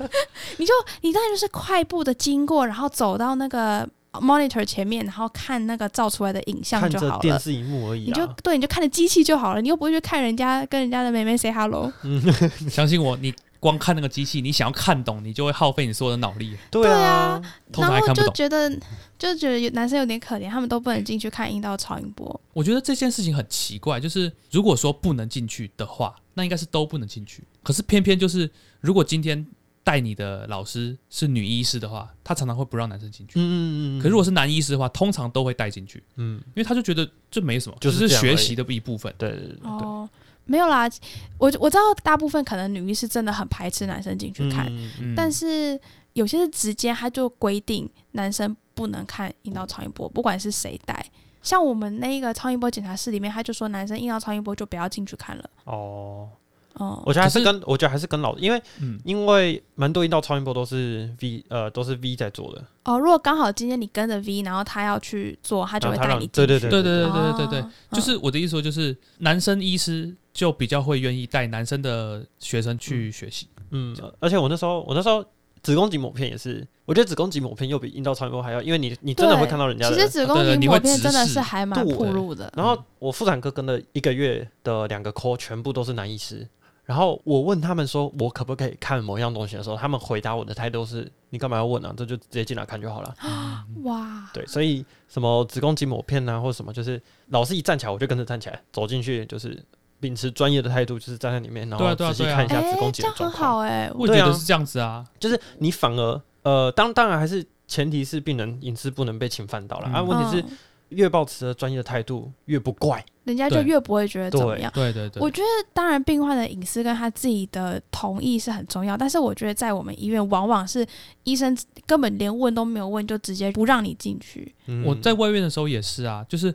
Speaker 1: 你就你当然就是快步的经过，然后走到那个 monitor 前面，然后看那个照出来的影像
Speaker 2: 看
Speaker 1: 就
Speaker 2: 着
Speaker 1: 好
Speaker 2: 电
Speaker 1: 了。
Speaker 2: 视荧幕而已
Speaker 1: 你就
Speaker 2: 啊，
Speaker 1: 对，你就看着机器就好了，你又不会去看人家跟人家的妹妹 say hello。
Speaker 3: 嗯相信我，你光看那个机器，你想要看懂，你就会耗费你所有的脑 力。
Speaker 2: 对啊，
Speaker 3: 通
Speaker 1: 然
Speaker 3: 常还
Speaker 1: 后
Speaker 3: 看不
Speaker 1: 就
Speaker 3: 懂。
Speaker 1: 觉得就觉得有男生有点可怜，他们都不能进去看阴道超音波。
Speaker 3: 我觉得这件事情很奇怪，就是如果说不能进去的话，那应该是都不能进去。可是偏偏就是，如果今天带你的老师是女医师的话，她常常会不让男生进去。
Speaker 2: 嗯嗯嗯嗯。
Speaker 3: 可是如果是男医师的话，通常都会带进去，
Speaker 2: 嗯，
Speaker 3: 因为他就觉得这没什么，
Speaker 2: 就是这
Speaker 3: 只是
Speaker 2: 样而已
Speaker 3: 学习的一部分。
Speaker 2: 对对嗯对，
Speaker 1: 哦，没有啦，我我知道大部分可能女医是真的很排斥男生进去看，
Speaker 2: 嗯
Speaker 3: 嗯
Speaker 1: 但是有些是直接他就规定男生不能看阴道超音波，不管是谁带。像我们那个超音波检查室里面，他就说男生阴道超音波就不要进去看了。
Speaker 2: 哦，
Speaker 1: 哦、
Speaker 2: 我觉得还是
Speaker 3: 可是
Speaker 2: 跟我觉得还是跟老，因为
Speaker 3: 嗯，
Speaker 2: 因为蛮多阴道超音波都是 V 呃都是 V 在做的，
Speaker 1: 哦，如果刚好今天你跟着 V，然后他要去做，他就会
Speaker 2: 然后他
Speaker 1: 带
Speaker 2: 让
Speaker 1: 你进去。
Speaker 2: 对对
Speaker 3: 对对对
Speaker 1: 哦
Speaker 3: 对对对，就是我的意思说，就是男生医师就比较会愿意带男生的学生去学习。
Speaker 2: 嗯，而且我那时候我那时候子宫颈抹片也是，我觉得子宫颈抹片又比阴道超音波还要，因为你你真的会
Speaker 1: 对
Speaker 2: 看到人家
Speaker 1: 其实
Speaker 2: 的。
Speaker 1: 子宫
Speaker 3: 对对
Speaker 1: 颈
Speaker 3: 你
Speaker 1: 抹
Speaker 3: 会
Speaker 1: 片
Speaker 3: 直
Speaker 1: 真的
Speaker 3: 视
Speaker 1: 是还蛮
Speaker 2: 对
Speaker 1: 暴露的。
Speaker 2: 然后我妇产科跟了一个月的两个 call，全部都是男医师。然后我问他们说，我可不可以看某样东西的时候，他们回答我的态度是：你干嘛要问啊？这就直接进来看就好了。
Speaker 3: 啊
Speaker 1: 哇，
Speaker 2: 对，所以什么子宫颈抹片啊，或者什么，就是老师一站起来我就跟着站起来，走进去就是秉持专业的态度，就是站在里面，然
Speaker 3: 对啊
Speaker 2: 后
Speaker 3: 对啊
Speaker 2: 仔细
Speaker 3: 对啊
Speaker 2: 看一下
Speaker 1: 哎
Speaker 2: 子宫
Speaker 1: 这
Speaker 2: 颈的
Speaker 1: 样
Speaker 2: 状
Speaker 1: 很
Speaker 2: 况。
Speaker 1: 好哎、我
Speaker 3: 我觉
Speaker 2: 对
Speaker 3: 得
Speaker 2: 啊
Speaker 3: 是这样子啊，
Speaker 2: 就是你反而呃，当当然还是前提是病人隐私不能被侵犯到了、
Speaker 3: 嗯
Speaker 2: 啊。问题是
Speaker 1: 嗯
Speaker 2: 越抱持着专业的态度，越不怪。
Speaker 1: 人家就
Speaker 3: 对
Speaker 1: 越不会觉得怎么
Speaker 2: 对
Speaker 1: 样。
Speaker 3: 对对对，
Speaker 1: 我觉得当然，病患的隐私跟他自己的同意是很重要，但是我觉得在我们医院，往往是医生根本连问都没有问，就直接不让你进去。
Speaker 2: 嗯
Speaker 3: 我在外院的时候也是啊，就是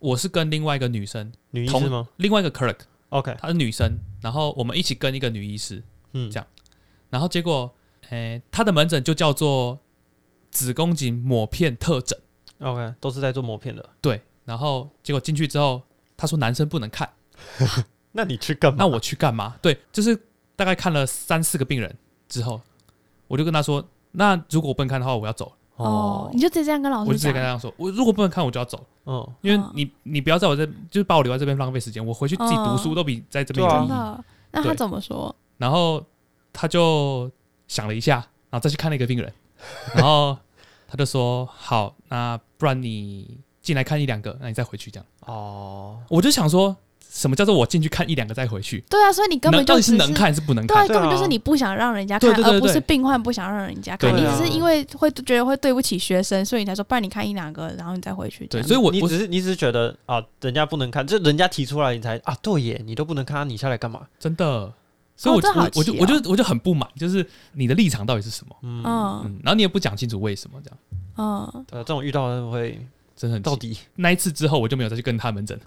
Speaker 3: 我是跟另外一个女生，
Speaker 2: 女医
Speaker 3: 同
Speaker 2: 师吗
Speaker 3: 另外一个 clerk，
Speaker 2: ？OK，
Speaker 3: 她是女生，然后我们一起跟一个女医师，
Speaker 2: 嗯
Speaker 3: 这样然后结果，诶、她的门诊就叫做子宫颈抹片特诊，
Speaker 2: ，OK，都是在做磨片的。
Speaker 3: 对，然后结果进去之后，她说男生不能看，
Speaker 2: 那你去干嘛？
Speaker 3: 那我去干嘛？对，就是大概看了三四个病人之后，我就跟她说，那如果我不能看的话，我要走了，
Speaker 1: 哦
Speaker 2: 哦，，
Speaker 1: 你就直接这样跟老
Speaker 3: 我就
Speaker 1: 师
Speaker 3: 直接
Speaker 1: 讲
Speaker 3: 跟她这。样说，我如果不能看，我就要走了。
Speaker 2: 嗯，
Speaker 3: 因为
Speaker 1: 嗯
Speaker 3: 你，你不要在我这，就是把我留在这边浪费时间。我回去自己读
Speaker 1: 嗯
Speaker 3: 书都比在这边
Speaker 2: 对啊
Speaker 3: 有意
Speaker 1: 真
Speaker 3: 义。
Speaker 1: 的？那
Speaker 3: 哦对
Speaker 1: 他怎么说？
Speaker 3: 然后他就想了一下，然后再去看了一个病 人，然后他就说：“好，那不然你进来看一两个，那你再回去。”这样，
Speaker 2: 哦，
Speaker 3: 我就想说，什么叫做我进去看一两个再回去？
Speaker 1: 对啊，所以你根本
Speaker 3: 能到
Speaker 1: 就
Speaker 3: 底
Speaker 1: 只
Speaker 3: 是能，看还是不能
Speaker 1: 对
Speaker 3: 看
Speaker 1: 啊，？
Speaker 2: 对
Speaker 1: 根本就
Speaker 2: 啊
Speaker 1: 是你不想让人家
Speaker 3: 对
Speaker 1: 看，
Speaker 3: 对对
Speaker 1: 而不是
Speaker 3: 对
Speaker 1: 病患不想让人家看，
Speaker 3: 对
Speaker 1: 你
Speaker 3: 啊
Speaker 1: 只是因为会觉得会对不起学生，所以你才说，不然你看一两个，然后你再回去这
Speaker 3: 对，
Speaker 1: 样。
Speaker 3: 所以我
Speaker 2: 你
Speaker 3: 我
Speaker 2: 只是你只是觉得啊，人家不能看，就人家提出来你才啊，对耶，你都不能看，你下来干嘛？
Speaker 3: 真的，所以我、
Speaker 1: 这好
Speaker 3: 我我就
Speaker 1: 气哦
Speaker 3: 我就我就很不满，就是你的立场到底是什么？
Speaker 2: 嗯，
Speaker 1: 嗯
Speaker 3: 嗯，然后你也不讲清楚为什么这样，
Speaker 1: 嗯，
Speaker 2: 对，这种遇到的会
Speaker 3: 真的很
Speaker 2: 到
Speaker 3: 气。
Speaker 2: 底
Speaker 3: 那一次之后，我就没有再去跟他门诊，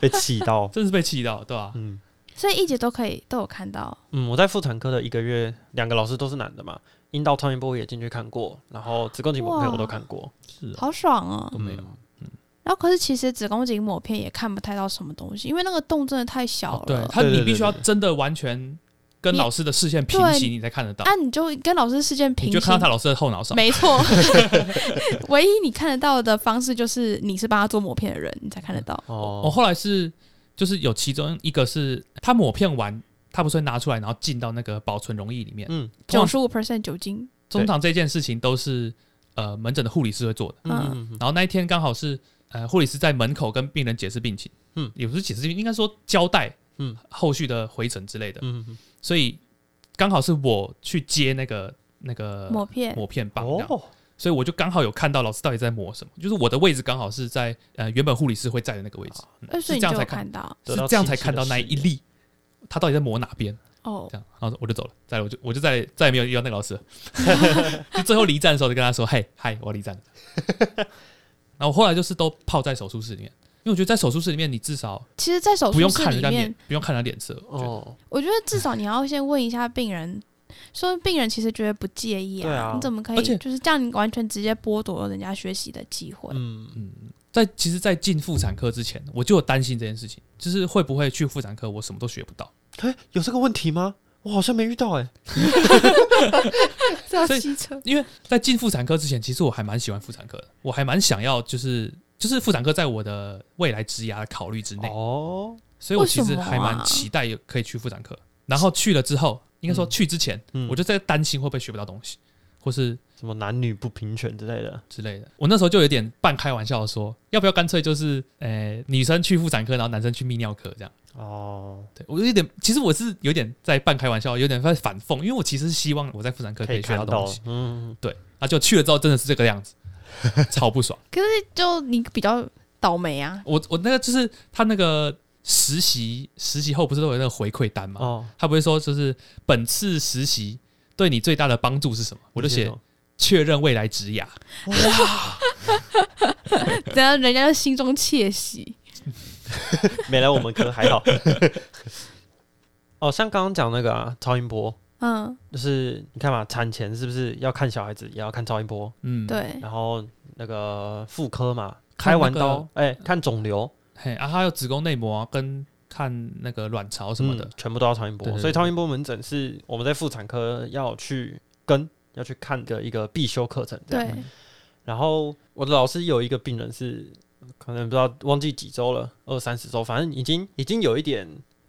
Speaker 2: 被气到。
Speaker 3: 真是被气到，对吧、
Speaker 2: 嗯
Speaker 1: 所以一姐都可以都有看到，
Speaker 2: 嗯，我在妇产科的一个月，两个老师都是男的嘛，阴道超音波也进去看过，然后子宫颈抹片我都看过，
Speaker 3: 是啊，
Speaker 1: 好爽哦
Speaker 3: 都。没有。
Speaker 1: 然后可是其实子宫颈抹片也看不太到什么东西，因为那个洞真的太小了。
Speaker 3: 哦对他，
Speaker 2: 对对
Speaker 3: 你
Speaker 2: 对
Speaker 3: 必须要
Speaker 2: 对
Speaker 3: 真的完全跟
Speaker 1: 你
Speaker 3: 老师的视线平
Speaker 1: 对
Speaker 3: 行，你才看得到。
Speaker 1: 啊，你就跟老师事件
Speaker 3: 你
Speaker 1: 平
Speaker 3: 就
Speaker 1: 行，
Speaker 3: 看到他老师的后脑勺，
Speaker 1: 没错。 唯一你看得到的方式就是你是帮他做抹片的人，你才看得到。
Speaker 3: 我
Speaker 2: 哦，
Speaker 3: 后来是就是有其中一个是他抹片完，他不是会拿出来，然后进到那个保存溶液里面。
Speaker 2: 嗯
Speaker 3: 通
Speaker 1: 九
Speaker 3: 常
Speaker 1: 十五 percent 酒精，
Speaker 3: 通常这件事情都是呃门诊的护理师会做的。
Speaker 2: 嗯嗯嗯
Speaker 3: 然后那一天刚好是呃护理师在门口跟病人解释病情，
Speaker 2: 嗯
Speaker 3: 也不是解释病情，应该说交代
Speaker 2: 嗯
Speaker 3: 后续的回诊之类的。
Speaker 2: 嗯嗯，
Speaker 3: 所以刚好是我去接那个那个
Speaker 1: 抹片
Speaker 3: 抹片棒，这样
Speaker 2: 哦，
Speaker 3: 所以我就刚好有看到老师到底在抹什么，就是我的位置刚好是在呃原本护理师会在的那个位置，
Speaker 1: 呃所以
Speaker 3: 是
Speaker 1: 你
Speaker 3: 这
Speaker 1: 就
Speaker 3: 样
Speaker 1: 有
Speaker 3: 才看
Speaker 1: 看到
Speaker 2: 得
Speaker 3: 是
Speaker 2: 到
Speaker 3: 这样
Speaker 2: 清
Speaker 3: 才
Speaker 2: 晰
Speaker 3: 看
Speaker 2: 的
Speaker 3: 到那
Speaker 2: 视
Speaker 3: 一
Speaker 2: 野
Speaker 3: 粒，他到底在抹哪边？
Speaker 1: 哦。
Speaker 3: 这样，然后我就走了，再来我就我就再再也没有遇到那个老师了， 就最后离站的时候就跟他说：“嘿，嗨，我要离站了。”然后我后来就是都泡在手术室里面，因为我觉得在手术室里面你至少
Speaker 1: 其实，在手
Speaker 3: 不用
Speaker 1: 术室
Speaker 3: 看人
Speaker 1: 里
Speaker 3: 家
Speaker 1: 面
Speaker 3: 脸，，不用看他脸色，我觉得
Speaker 2: 哦，
Speaker 1: 我觉得至少你要先问一下病人，说病人其实觉得不介意
Speaker 2: 对啊
Speaker 1: 你怎么可
Speaker 3: 而且
Speaker 1: 以就是这样？你完全直接剥夺了人家学习的机会。
Speaker 2: 嗯嗯
Speaker 3: 在其实，在进妇产科之前，我就有担心这件事情，就是会不会去妇产科我什么都学不到。
Speaker 2: 哎、有这个问题吗？我好像没遇到哎、
Speaker 1: 这要
Speaker 3: 所以
Speaker 1: 汽车，
Speaker 3: 因为在进妇产科之前，其实我还蛮喜欢妇产科的，我还蛮想要就是就是妇产科在我的未来职涯考虑之内，
Speaker 2: 哦，
Speaker 3: 所以我
Speaker 1: 为
Speaker 3: 其
Speaker 1: 什
Speaker 3: 实
Speaker 1: 么啊
Speaker 3: 还蛮期待有可以去妇产科。然后去了之后，应该说
Speaker 2: 嗯
Speaker 3: 去之前，
Speaker 2: 嗯
Speaker 3: 我就在担心会不会学不到东西，或是
Speaker 2: 什么男女不平权之类的，
Speaker 3: 之类的。我那时候就有点半开玩笑地说，要不要干脆就是呃女生去妇产科，然后男生去泌尿科这样。
Speaker 2: 哦，
Speaker 3: 对我有点，其实我是有点在半开玩笑，有点在反讽，因为我其实是希望我在妇产科可以学
Speaker 2: 看
Speaker 3: 到
Speaker 2: 到
Speaker 3: 东西，，
Speaker 2: 嗯，
Speaker 3: 对，啊，就去了之后真的是这个样子， 超不爽。
Speaker 1: 可是就你比较倒霉啊。
Speaker 3: 我我那个就是他那个实习实习后不是都有那个回馈单嘛，
Speaker 2: 哦，
Speaker 3: 他不会说就是本次实习对你最大的帮助是什么，我就
Speaker 2: 你
Speaker 3: 写
Speaker 2: 什么
Speaker 3: 确认未来职涯，
Speaker 1: 然后人家就心中窃喜。
Speaker 2: 没来我们科 还好。哦，像刚刚讲那个啊，超音波，
Speaker 1: 嗯，
Speaker 2: 就是你看嘛，产前是不是要看小孩子，也要看超音波，
Speaker 3: 嗯，，
Speaker 1: 对，
Speaker 2: 然后那个妇科嘛，
Speaker 3: 看
Speaker 2: 开
Speaker 3: 那个嗯
Speaker 2: 完刀，哎、看肿瘤
Speaker 3: 嘿，啊，还有子宫内膜啊跟看那个卵巢什么的
Speaker 2: 嗯，全部都要超音波。
Speaker 3: 对对对
Speaker 2: 所以超音波门诊是我们在妇产科要去跟要去看的一个必修课程。这样
Speaker 1: 对，
Speaker 2: 然后我的老师有一个病人是，可能不知道忘记几周了，二三十周，反正已经已经有一点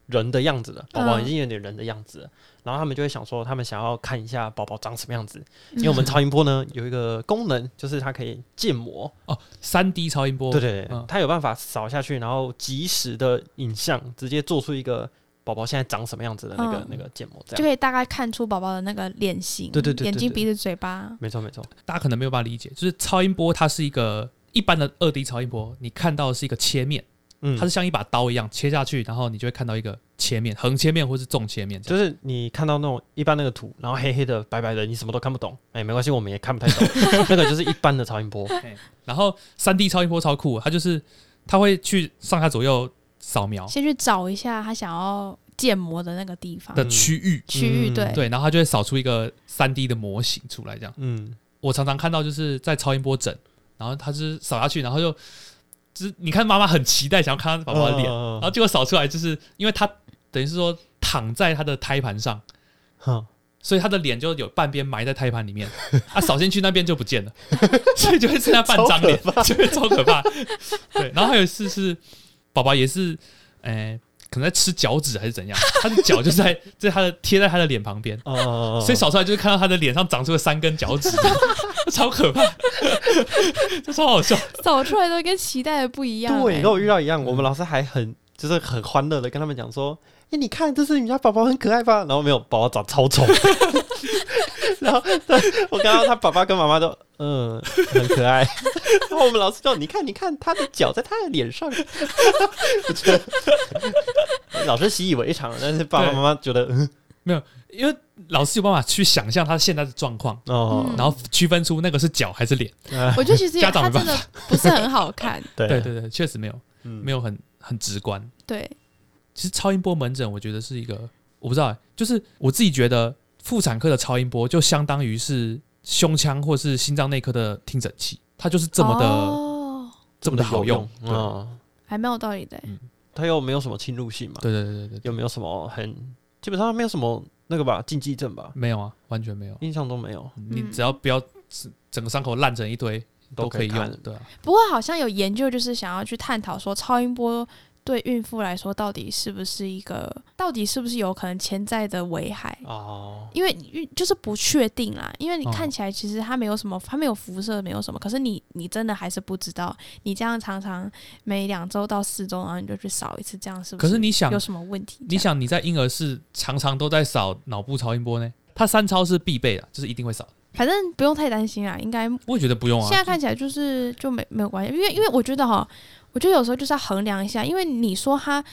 Speaker 2: 人的样子了，宝宝
Speaker 1: 嗯
Speaker 2: 已经有点人的样子了。然后他们就会想说，他们想要看一下宝宝长什么样子，
Speaker 1: 嗯
Speaker 2: 因为我们超音波呢有一个功能，就是它可以建模，
Speaker 3: 哦，三 D 超音波，
Speaker 2: 对对对
Speaker 3: 嗯，
Speaker 2: 它有办法扫下去，然后及时的影像直接做出一个宝宝现在长什么样子的那个
Speaker 1: 嗯
Speaker 2: 那个建模，这
Speaker 1: 就
Speaker 2: 样
Speaker 1: 可以大概看出宝宝的那个脸型，
Speaker 2: 对对对对
Speaker 1: 眼睛、
Speaker 2: 对
Speaker 1: 鼻子、嘴巴，
Speaker 2: 没错没错，
Speaker 3: 大家可能没有办法理解，就是超音波它是一个一般的二 D 超音波，你看到的是一个切面，
Speaker 2: 嗯
Speaker 3: 它是，像一把刀一样切下去，然后你就会看到一个切面，横切面或是纵切面这样。
Speaker 2: 就是你看到那种一般那个图，然后黑黑的、白白的，你什么都看不懂。哎、没关系，我们也看不太 懂。那个就是一般的超音波，
Speaker 3: 然后三 D 超音波超酷，它就是它会去上下左右扫描
Speaker 1: 先去找一下他想要建模的那个地方
Speaker 3: 的区域，
Speaker 1: 区域，
Speaker 2: 嗯
Speaker 1: 对
Speaker 3: 对，然后它就会扫出一个三 D 的模型出来。这样，
Speaker 2: 嗯，
Speaker 3: 我常常看到就是在超音波诊，然后它就是扫下去，然后就就是你看妈妈很期待想要看到宝宝的脸，然后
Speaker 2: 脸，
Speaker 3: 结果扫出来就是因为它等于是说躺在它的胎盘上，
Speaker 2: 哼，
Speaker 3: 所以他的脸就有半边埋在胎盘里面，啊，扫进去那边就不见了， 所以就会剩下半张脸， 就会超可怕。对，然后还有一次是宝宝也是，哎、可能在吃脚趾还是怎样，他的脚就在在他的贴在他的脸旁边，
Speaker 2: 哦
Speaker 3: 所以扫出来就是看到他的脸上长出了三根脚趾， 超可怕， 这超好笑。
Speaker 1: 走出来都跟期待的不一样、
Speaker 2: 对，哦
Speaker 1: 欸
Speaker 2: 跟我遇到一样，
Speaker 3: 嗯
Speaker 2: 我们老师还很就是很欢乐的跟他们讲说：“哎、你看，这是你家宝宝很可爱吧？”然后没有，宝宝长超丑。 然后我看到他爸爸跟妈妈都嗯很可爱，然后我们老师就你看你看他的脚在他的脸上，我觉得老师习以为常了，但是爸爸妈妈觉得嗯
Speaker 3: 因为老师有办法去想象他现在的状况，
Speaker 2: 哦，啊
Speaker 1: 嗯
Speaker 3: 然后区分出那个是脚还是脸。
Speaker 1: 我觉得其实
Speaker 3: 家长
Speaker 1: 他
Speaker 3: 没办
Speaker 1: 真的不是很好看，
Speaker 2: 对嗯
Speaker 3: 对对对，确实没有没
Speaker 2: 没有
Speaker 3: 有很很直观。
Speaker 1: 对，
Speaker 3: 其实超音波门诊，我觉得是一个，我不知道欸、就是我自己觉得妇产科的超音波就相当于是胸腔或是心脏内科的听诊器，它就是这么的、
Speaker 1: 哦，
Speaker 3: 这么的好用。对、
Speaker 2: 嗯，
Speaker 1: 还蛮有道理的欸、
Speaker 2: 他又没有什么侵入性嘛，
Speaker 3: 对对对对对，
Speaker 2: 又没有什么很基本上没有什么那个吧禁忌症吧，
Speaker 3: 没有啊，完全没有。
Speaker 2: 印象中没有。
Speaker 3: 你只要不要整整个伤口烂成一堆，嗯都可以
Speaker 2: 看
Speaker 3: 用。对啊，
Speaker 1: 不过好像有研究就是想要去探讨说超音波。对孕妇来说，到底是不是一个，到底是不是有可能潜在的危害？
Speaker 2: 哦，
Speaker 1: 因为你就是不确定啦，因为你
Speaker 3: 哦
Speaker 1: 看起来其实它没有什么，它没有辐射，没有什么，可是你你真的还是不知道，你这样常常每两周到四周，然后你就去扫一次，这样是不
Speaker 3: 可
Speaker 1: 是？
Speaker 3: 是你想
Speaker 1: 有，什么问题？
Speaker 3: 你想你在婴儿室常常都在扫脑部超音波呢，它三超是必备的，就是一定会扫的。
Speaker 1: 这样，反正不用太担心啦，应该
Speaker 3: 我也觉得不用
Speaker 1: 现
Speaker 3: 啊，
Speaker 1: 在看起来就是就没没有关系，因为因为我觉得哈，我觉得有时候就是要衡量一下，因为你说他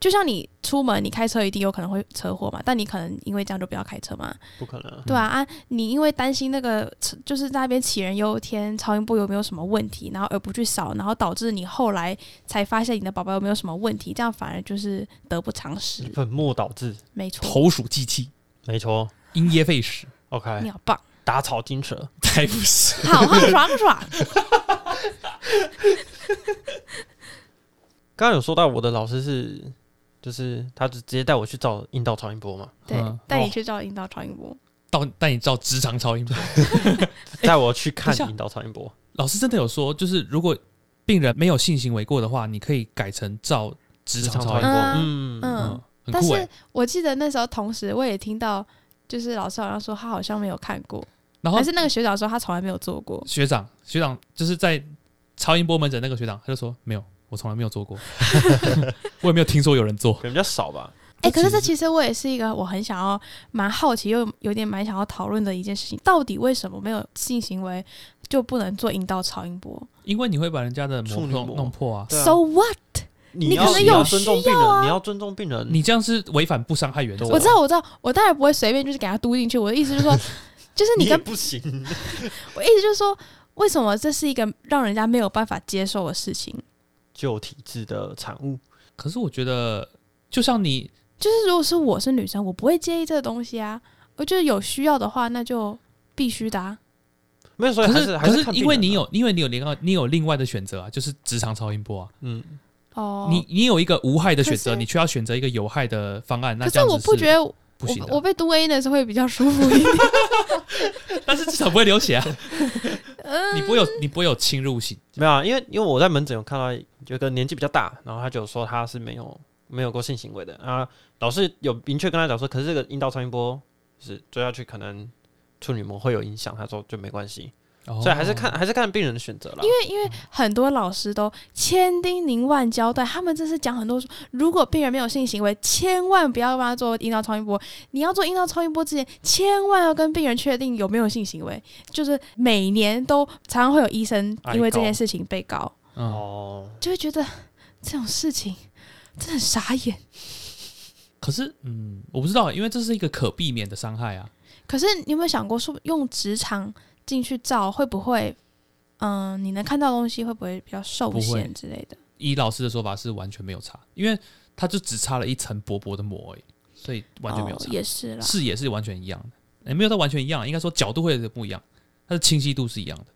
Speaker 1: 就像你出门你开车一定有可能会车祸嘛，但你可能因为这样就不要开车嘛，
Speaker 2: 不可
Speaker 3: 嗯
Speaker 2: 能。
Speaker 1: 对啊啊，你因为担心那个车就是在那边杞人忧天，超音波有没有什么问题，然后而不去扫，然后导致你后来才发现你的宝宝有没有什么问题，这样反而就是得不偿失，
Speaker 2: 粉末导致，
Speaker 1: 没错，
Speaker 3: 投鼠忌器，
Speaker 2: 没错。
Speaker 3: 因噎废食，
Speaker 1: 你
Speaker 2: OK，
Speaker 1: 好棒，
Speaker 2: 打草惊蛇，
Speaker 3: 才不是。
Speaker 1: 好好爽爽，
Speaker 2: 刚刚有说到我的老师是，就是他就直接带我去照阴道超音波嘛，
Speaker 1: 对
Speaker 3: 嗯，
Speaker 1: 带你去照阴道超音波，
Speaker 3: 到带你照职场超音波。
Speaker 2: 带我去看
Speaker 3: 哎等一下
Speaker 2: 阴道超音波。
Speaker 3: 老师真的有说，就是如果病人没有性行为过的话，你可以改成照直肠超音波。
Speaker 2: 嗯
Speaker 1: 嗯
Speaker 3: 嗯，很
Speaker 1: 但
Speaker 3: 酷
Speaker 1: 是
Speaker 3: 哎、
Speaker 1: 我记得那时候，同时我也听到，就是老师好像说他好像没有看过，
Speaker 3: 然后
Speaker 1: 还是那个学长说他从来没有做过。
Speaker 3: 学长学长就是在超音波门诊那个学长，他就说没有，我从来没有做过， 我也没有听说有人做
Speaker 2: 可。能比较少吧。
Speaker 1: 哎、
Speaker 3: 这
Speaker 1: 可是这
Speaker 3: 其
Speaker 1: 其实我也是一个我很想要、蛮好奇又有点蛮想要讨论的一件事情，到底为什么没有性行为就不能做阴道超音波、
Speaker 3: 因为你会把人家的膜
Speaker 2: 处女
Speaker 3: 弄
Speaker 2: 膜
Speaker 3: 弄破啊。
Speaker 2: 对啊
Speaker 1: s o what？
Speaker 2: 你要
Speaker 1: 可能
Speaker 2: 你要
Speaker 1: 有
Speaker 2: 尊重病
Speaker 1: 需要啊
Speaker 2: 人，你要尊重病人。
Speaker 3: 你这样是违反不伤害原则。啊
Speaker 2: 啊
Speaker 1: 我知道，我知道，我当然不会随便就是给他嘟进去。我的意思就是 说，就是你
Speaker 2: 也
Speaker 1: 跟
Speaker 2: 不行，
Speaker 1: 我意思就是说，为什么这是一个让人家没有办法接受的事情？
Speaker 2: 就体质的产物。
Speaker 3: 可是我觉得，就像你
Speaker 1: 就是如果是我是女生，我不会介意这个东西啊。我觉得有需要的话，那就必须的、啊。
Speaker 2: 没有，所以
Speaker 3: 可
Speaker 2: 还
Speaker 3: 是
Speaker 2: 还
Speaker 3: 可
Speaker 2: 是
Speaker 3: 是
Speaker 2: 看病
Speaker 3: 因为
Speaker 2: 人
Speaker 3: 你
Speaker 2: 啊，
Speaker 3: 有因为你有另外你有另外的选择啊，就是直肠超音波啊。
Speaker 2: 嗯，
Speaker 1: 哦，
Speaker 3: 你你有一个无害的选
Speaker 1: 可
Speaker 3: 择，
Speaker 1: 是
Speaker 3: 你却要选择一个有害的方案，那
Speaker 1: 可是
Speaker 3: 这样子
Speaker 1: 我不觉得我
Speaker 3: 不行的
Speaker 1: 我被读 A 的时候会比较舒服一点。
Speaker 3: 但是至少不会流 血啊。
Speaker 1: 嗯
Speaker 3: 你不会有你不会有侵入性，
Speaker 2: 没有啊，因为因为我在门诊有看到有个年纪比较大，然后他就说他是没有没有过性行为的啊，老师有明确跟他讲说，可是这个阴道超音波是追下去可能处女膜会有影响，他说就没关系，
Speaker 3: 哦
Speaker 2: 所以还是看还是看病人的选择啦。因为
Speaker 1: 很多老师都千叮咛万交代，他们真是讲很多说，如果病人没有性行为，千万不要帮他做阴道超音波。你要做阴道超音波之前，千万要跟病人确定有没有性行为。就是每年都常常会有医生因为这件事情被告，
Speaker 3: 嗯，
Speaker 2: 哦，
Speaker 1: 就会觉得这种事情真的很傻眼。
Speaker 3: 可是嗯，我不知道，因为这是一个可避免的伤害啊。
Speaker 1: 可是你有没有想过，说用直肠进去照会不会？嗯、你能看到的东西会不会比较受
Speaker 3: 不会
Speaker 1: 限之类的？
Speaker 3: 依老师的说法是完全没有差，因为他就只擦了一层薄薄的膜而已，所以完全没有
Speaker 1: 哦
Speaker 3: 差，
Speaker 1: 也是啦。
Speaker 3: 视野是完全一样的，也、没有到完全一样，应该说角度会有点不一样，但是清晰度是一样的。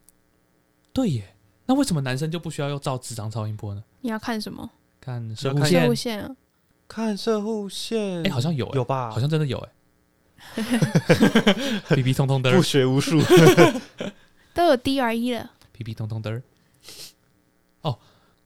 Speaker 3: 对耶，那为什么男生就不需要用照直肠超音波呢？
Speaker 1: 你要看什么？
Speaker 3: 看
Speaker 2: 要
Speaker 3: 射
Speaker 2: 看
Speaker 3: 护
Speaker 1: 射
Speaker 3: 线
Speaker 1: 物，线啊。
Speaker 2: 看射护线，
Speaker 3: 哎、好像有哎、
Speaker 2: 有吧？
Speaker 3: 好像真 的 有哎、皮皮通通的儿，
Speaker 2: 学无术，
Speaker 1: 都有 DRE 了。
Speaker 3: 皮皮通通的儿。哦，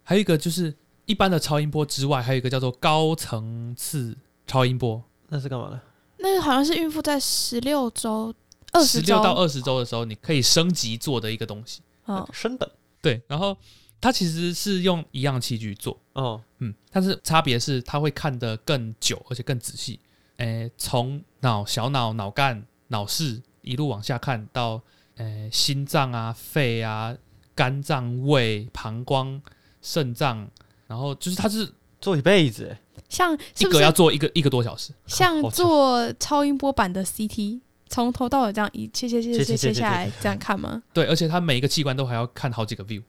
Speaker 3: 还有一个就是一般的超音波之外，还有一个叫做高层次超音波，
Speaker 2: 那是干嘛呢？
Speaker 1: 那个好像是孕妇在十六周、二十
Speaker 3: 十六
Speaker 1: 周
Speaker 3: 到二十周的时候，你可以升级做的一个东西。
Speaker 1: 嗯，
Speaker 2: 升等
Speaker 3: 对，然后它其实是用一样器具做，
Speaker 2: 哦，
Speaker 3: 嗯，但是差别是它会看得更久，而且更仔细。诶，从脑、小脑、脑干、脑室一路往下看到，诶，心脏啊、肺啊、肝脏、胃、膀胱、肾脏，然后就是它是
Speaker 2: 做一辈子欸，
Speaker 1: 像
Speaker 3: 一
Speaker 1: 是不
Speaker 3: 个要
Speaker 1: 是
Speaker 3: 做一个一个多小时，
Speaker 1: 像
Speaker 2: 好长
Speaker 1: 做超音波版的 CT，从头到尾这样一切切切切
Speaker 2: 切切
Speaker 1: 切
Speaker 2: 切
Speaker 1: 下来这样看吗？
Speaker 3: 对，而且它每一个器官都还要看好几个 view。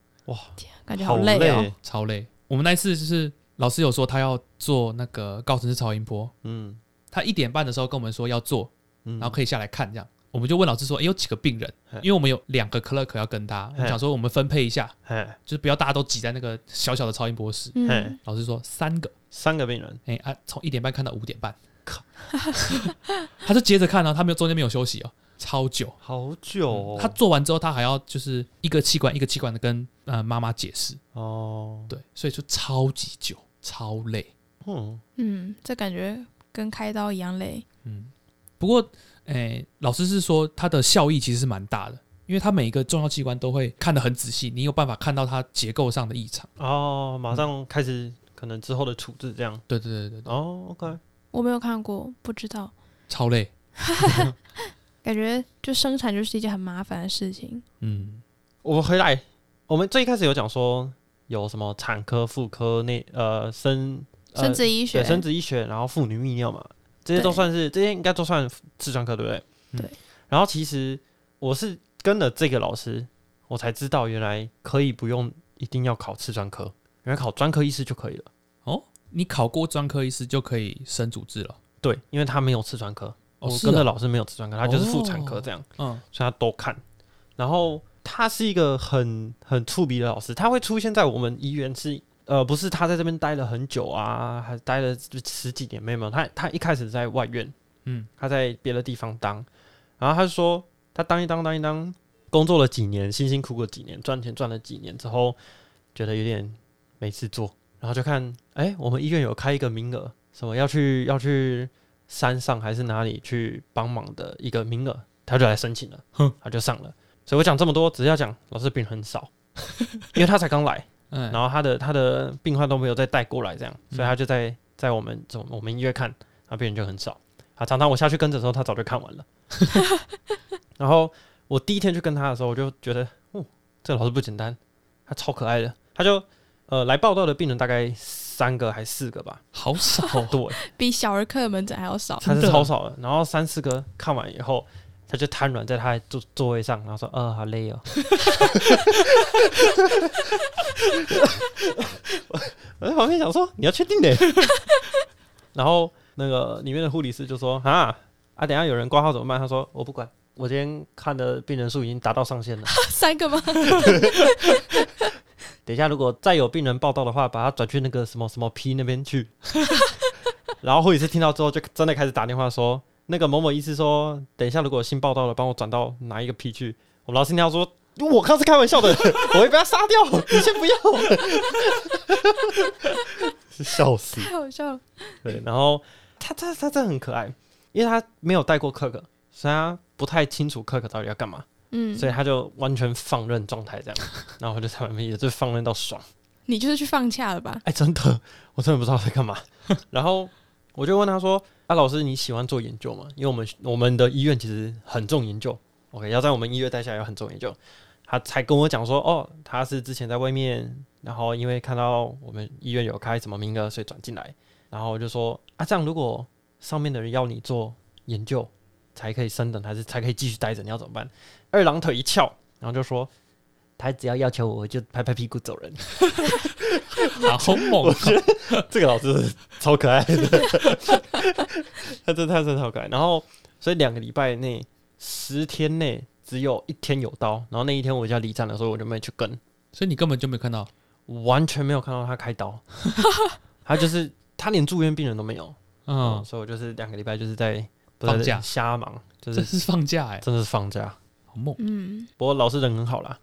Speaker 1: 感觉
Speaker 2: 好
Speaker 1: 累哦。
Speaker 2: 累
Speaker 3: 超累。我们那一次就是老师有说他要做那个高层次超音波，
Speaker 2: 嗯
Speaker 3: 他一点半的时候跟我们说要做，
Speaker 2: 嗯，
Speaker 3: 然后可以下来看这样。我们就问老师说：“诶，有几个病人
Speaker 2: 嘿？
Speaker 3: 因为我们有两个 clerk 要跟他，我们
Speaker 2: 嘿
Speaker 3: 想说我们分配一下，
Speaker 2: 哎，
Speaker 3: 就是不要大家都挤在那个小小的超音波室。
Speaker 1: 嗯
Speaker 2: 嘿，”
Speaker 3: 老师说三个，
Speaker 2: 三个病人，
Speaker 3: 诶，啊，从一点半看到五点半， 靠，他就接着看哦，他没有中间没有休息哦，超久。
Speaker 2: 好久哦，
Speaker 3: 他做完之后，他还要就是一个器官一个器官的跟呃妈妈解释，
Speaker 2: 哦，
Speaker 3: 对，所以就超级久，超累。
Speaker 2: 嗯，
Speaker 1: 嗯，这感觉跟开刀一样累。
Speaker 3: 嗯，不过，诶、老师是说它的效益其实是蛮大的，因为它每一个重要器官都会看得很仔细，你有办法看到它结构上的异常。
Speaker 2: 哦，马上开始可能之后的处置这样，
Speaker 3: 对对对对
Speaker 1: 嗯
Speaker 3: 对，
Speaker 2: 哦，OK，
Speaker 1: 我没有看过，不知道。
Speaker 3: 超累。
Speaker 1: 感觉就生产就是一件很麻烦的事情。
Speaker 3: 嗯，
Speaker 2: 我们回来，我们最一开始有讲说有什么产科、妇科、内呃生呃
Speaker 1: 生殖医学
Speaker 2: 对，生殖医学，然后妇女泌尿嘛，这些都
Speaker 1: 对
Speaker 2: 算是这些应该都算痔疮科，对不对？
Speaker 1: 对。
Speaker 2: 然后其实我是跟了这个老师，我才知道原来可以不用一定要考痔疮科，原来考专科医师就可以了。
Speaker 3: 哦，你考过专科医师就可以升主治了。
Speaker 2: 对，因为他没有痔疮科，我
Speaker 3: 哦，是
Speaker 2: 跟的
Speaker 3: 啊，
Speaker 2: 老师没有痔疮科，他就是妇产科
Speaker 3: 哦
Speaker 2: 这样，
Speaker 3: 嗯，
Speaker 2: 所以他都看。然后他是一个很很触鼻的老师，他会出现在我们医院是。呃，不是他在这边待了很久啊，还待了十几年，没有没有，他他一开始在外院，
Speaker 3: 嗯，
Speaker 2: 他在别的地方当，然后他就说他当一当当一当，工作了几年，辛辛苦苦几年，赚钱赚了几年之后，觉得有点没事做，然后就看，哎、我们医院有开一个名额，什么要去要去山上还是哪里去帮忙的一个名额，他就来申请了，
Speaker 3: 哼
Speaker 2: 他就上了。所以我讲这么多，只是要讲老师病人很少，因为他才刚来，
Speaker 3: 嗯，
Speaker 2: 然后他的他的病患都没有再带过来，这样，所以他就在在我们这种我们音乐看，然后病人就很少。啊，常常我下去跟着的时候，他早就看完了。 然后我第一天去跟他的时候，我就觉得，哦，这个老师不简单，他超可爱的。他就呃来报道的病人大概三个还四个吧，
Speaker 3: 好少、哦，
Speaker 2: 对，
Speaker 1: 比小儿科的门诊还要少。
Speaker 2: 他是
Speaker 3: 真的
Speaker 2: 超少的。然后三四个看完以后，他就瘫软在他的座座位上，然后说：“呃，好累哦。我”我在旁边想说：“你要确定的。” 然后那个里面的护理师就说：“啊啊，等一下有人挂号怎么办？”他说：“我不管，我今天看的病人数已经达到上限了。
Speaker 1: 三个吗？
Speaker 2: 等一下如果再有病人报道的话，把他转去那个什么什么 P 那边去。” 然后护理师听到之后，就真的开始打电话说：“那个某某医师说，等一下如果有新报道了，帮我转到哪一个 P 去。”我们老师听到说：“我刚 是开玩笑的，我会被他杀掉，你先不要。”笑死。
Speaker 1: 太好笑了。
Speaker 2: 对，然后他他他真的很可爱，因为他没有带过 Kirk，所以他不太清楚 Kirk 到底要干嘛，
Speaker 1: 嗯，
Speaker 2: 所以他就完全放任状态这样。然后我就在旁边也是放任到爽。
Speaker 1: 你就是去放假了吧？
Speaker 2: 哎、真的，我真的不知道在干嘛。然后我就问他说：“啊，老师，你喜欢做研究吗？因为我们我们的医院其实很重研究，OK，要在我们医院待下来要很重研究。”他才跟我讲说：“哦，他是之前在外面，然后因为看到我们医院有开什么名额，所以转进来。”然后我就说：“啊，这样如果上面的人要你做研究才可以升等，还是才可以继续待着，你要怎么办？”二郎腿一翘，然后就说：“他只要要求我，我就拍拍屁股走人。”
Speaker 3: 好猛 哦！
Speaker 2: 这个老师超可爱的， 他真的他真的超可爱。然后，所以两个礼拜内，十天内只有一天有刀，然后那一天我就要离站了，所以我就没去跟，
Speaker 3: 所以你根本就没看到，
Speaker 2: 完全没有看到他开刀， 他就是他连住院病人都没有，嗯，
Speaker 3: 嗯，
Speaker 2: 所以我就是两个礼拜就是在不
Speaker 3: 放
Speaker 2: 是
Speaker 3: 假
Speaker 2: 瞎忙，就
Speaker 3: 这
Speaker 2: 是
Speaker 3: 是放假哎，
Speaker 2: 真的是放假。
Speaker 3: 好猛！
Speaker 1: 嗯，
Speaker 2: 不过老师人很好啦，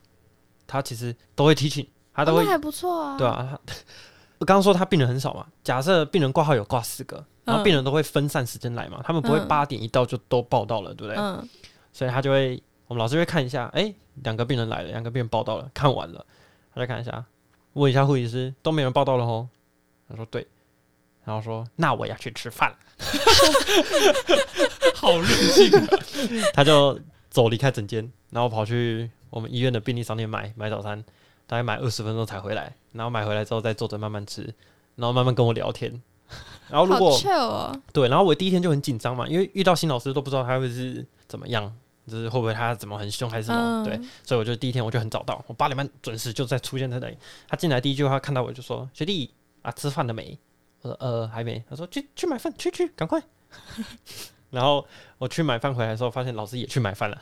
Speaker 2: 他其实都会提醒，他
Speaker 1: 哦
Speaker 2: 都会
Speaker 1: 那还不错啊。
Speaker 2: 对，啊，他 我刚刚说他病人很少嘛，假设病人挂号有挂四个，然后病人都会分散时间来嘛，他们不会
Speaker 1: 嗯
Speaker 2: 八点一到就都报到了，对不对？
Speaker 1: 嗯，
Speaker 2: 所以他就会，我们老师会看一下，哎、两个病人来了，两个病人报到了，看完了，他再看一下，问一下护理师，都没人报到了吼，他说对，然后说那我要去 吃饭了，
Speaker 3: 好任性啊，
Speaker 2: 他就走离开诊间，然后跑去我们医院的便利商店买买早餐，大概买二十分钟才回来，然后买回来之后再坐着慢慢吃，然后慢慢跟我聊天。然后如
Speaker 1: 好
Speaker 2: 果
Speaker 1: chill 哦。
Speaker 2: 对，然后我第一天就很紧张嘛，因为遇到新老师都不知道他会是怎么样，就是会不会他怎么很凶还是什
Speaker 1: 嗯
Speaker 2: 么，对，所以我就第一天我就很早到，我八点半准时就在出现在那里。他进来第一句话看到我就说：“学弟啊，吃饭了没？”我说：“呃，还没。”他说：“去去买饭，去去，赶快。”然后我去买饭回来的时候，发现老师也去买饭了，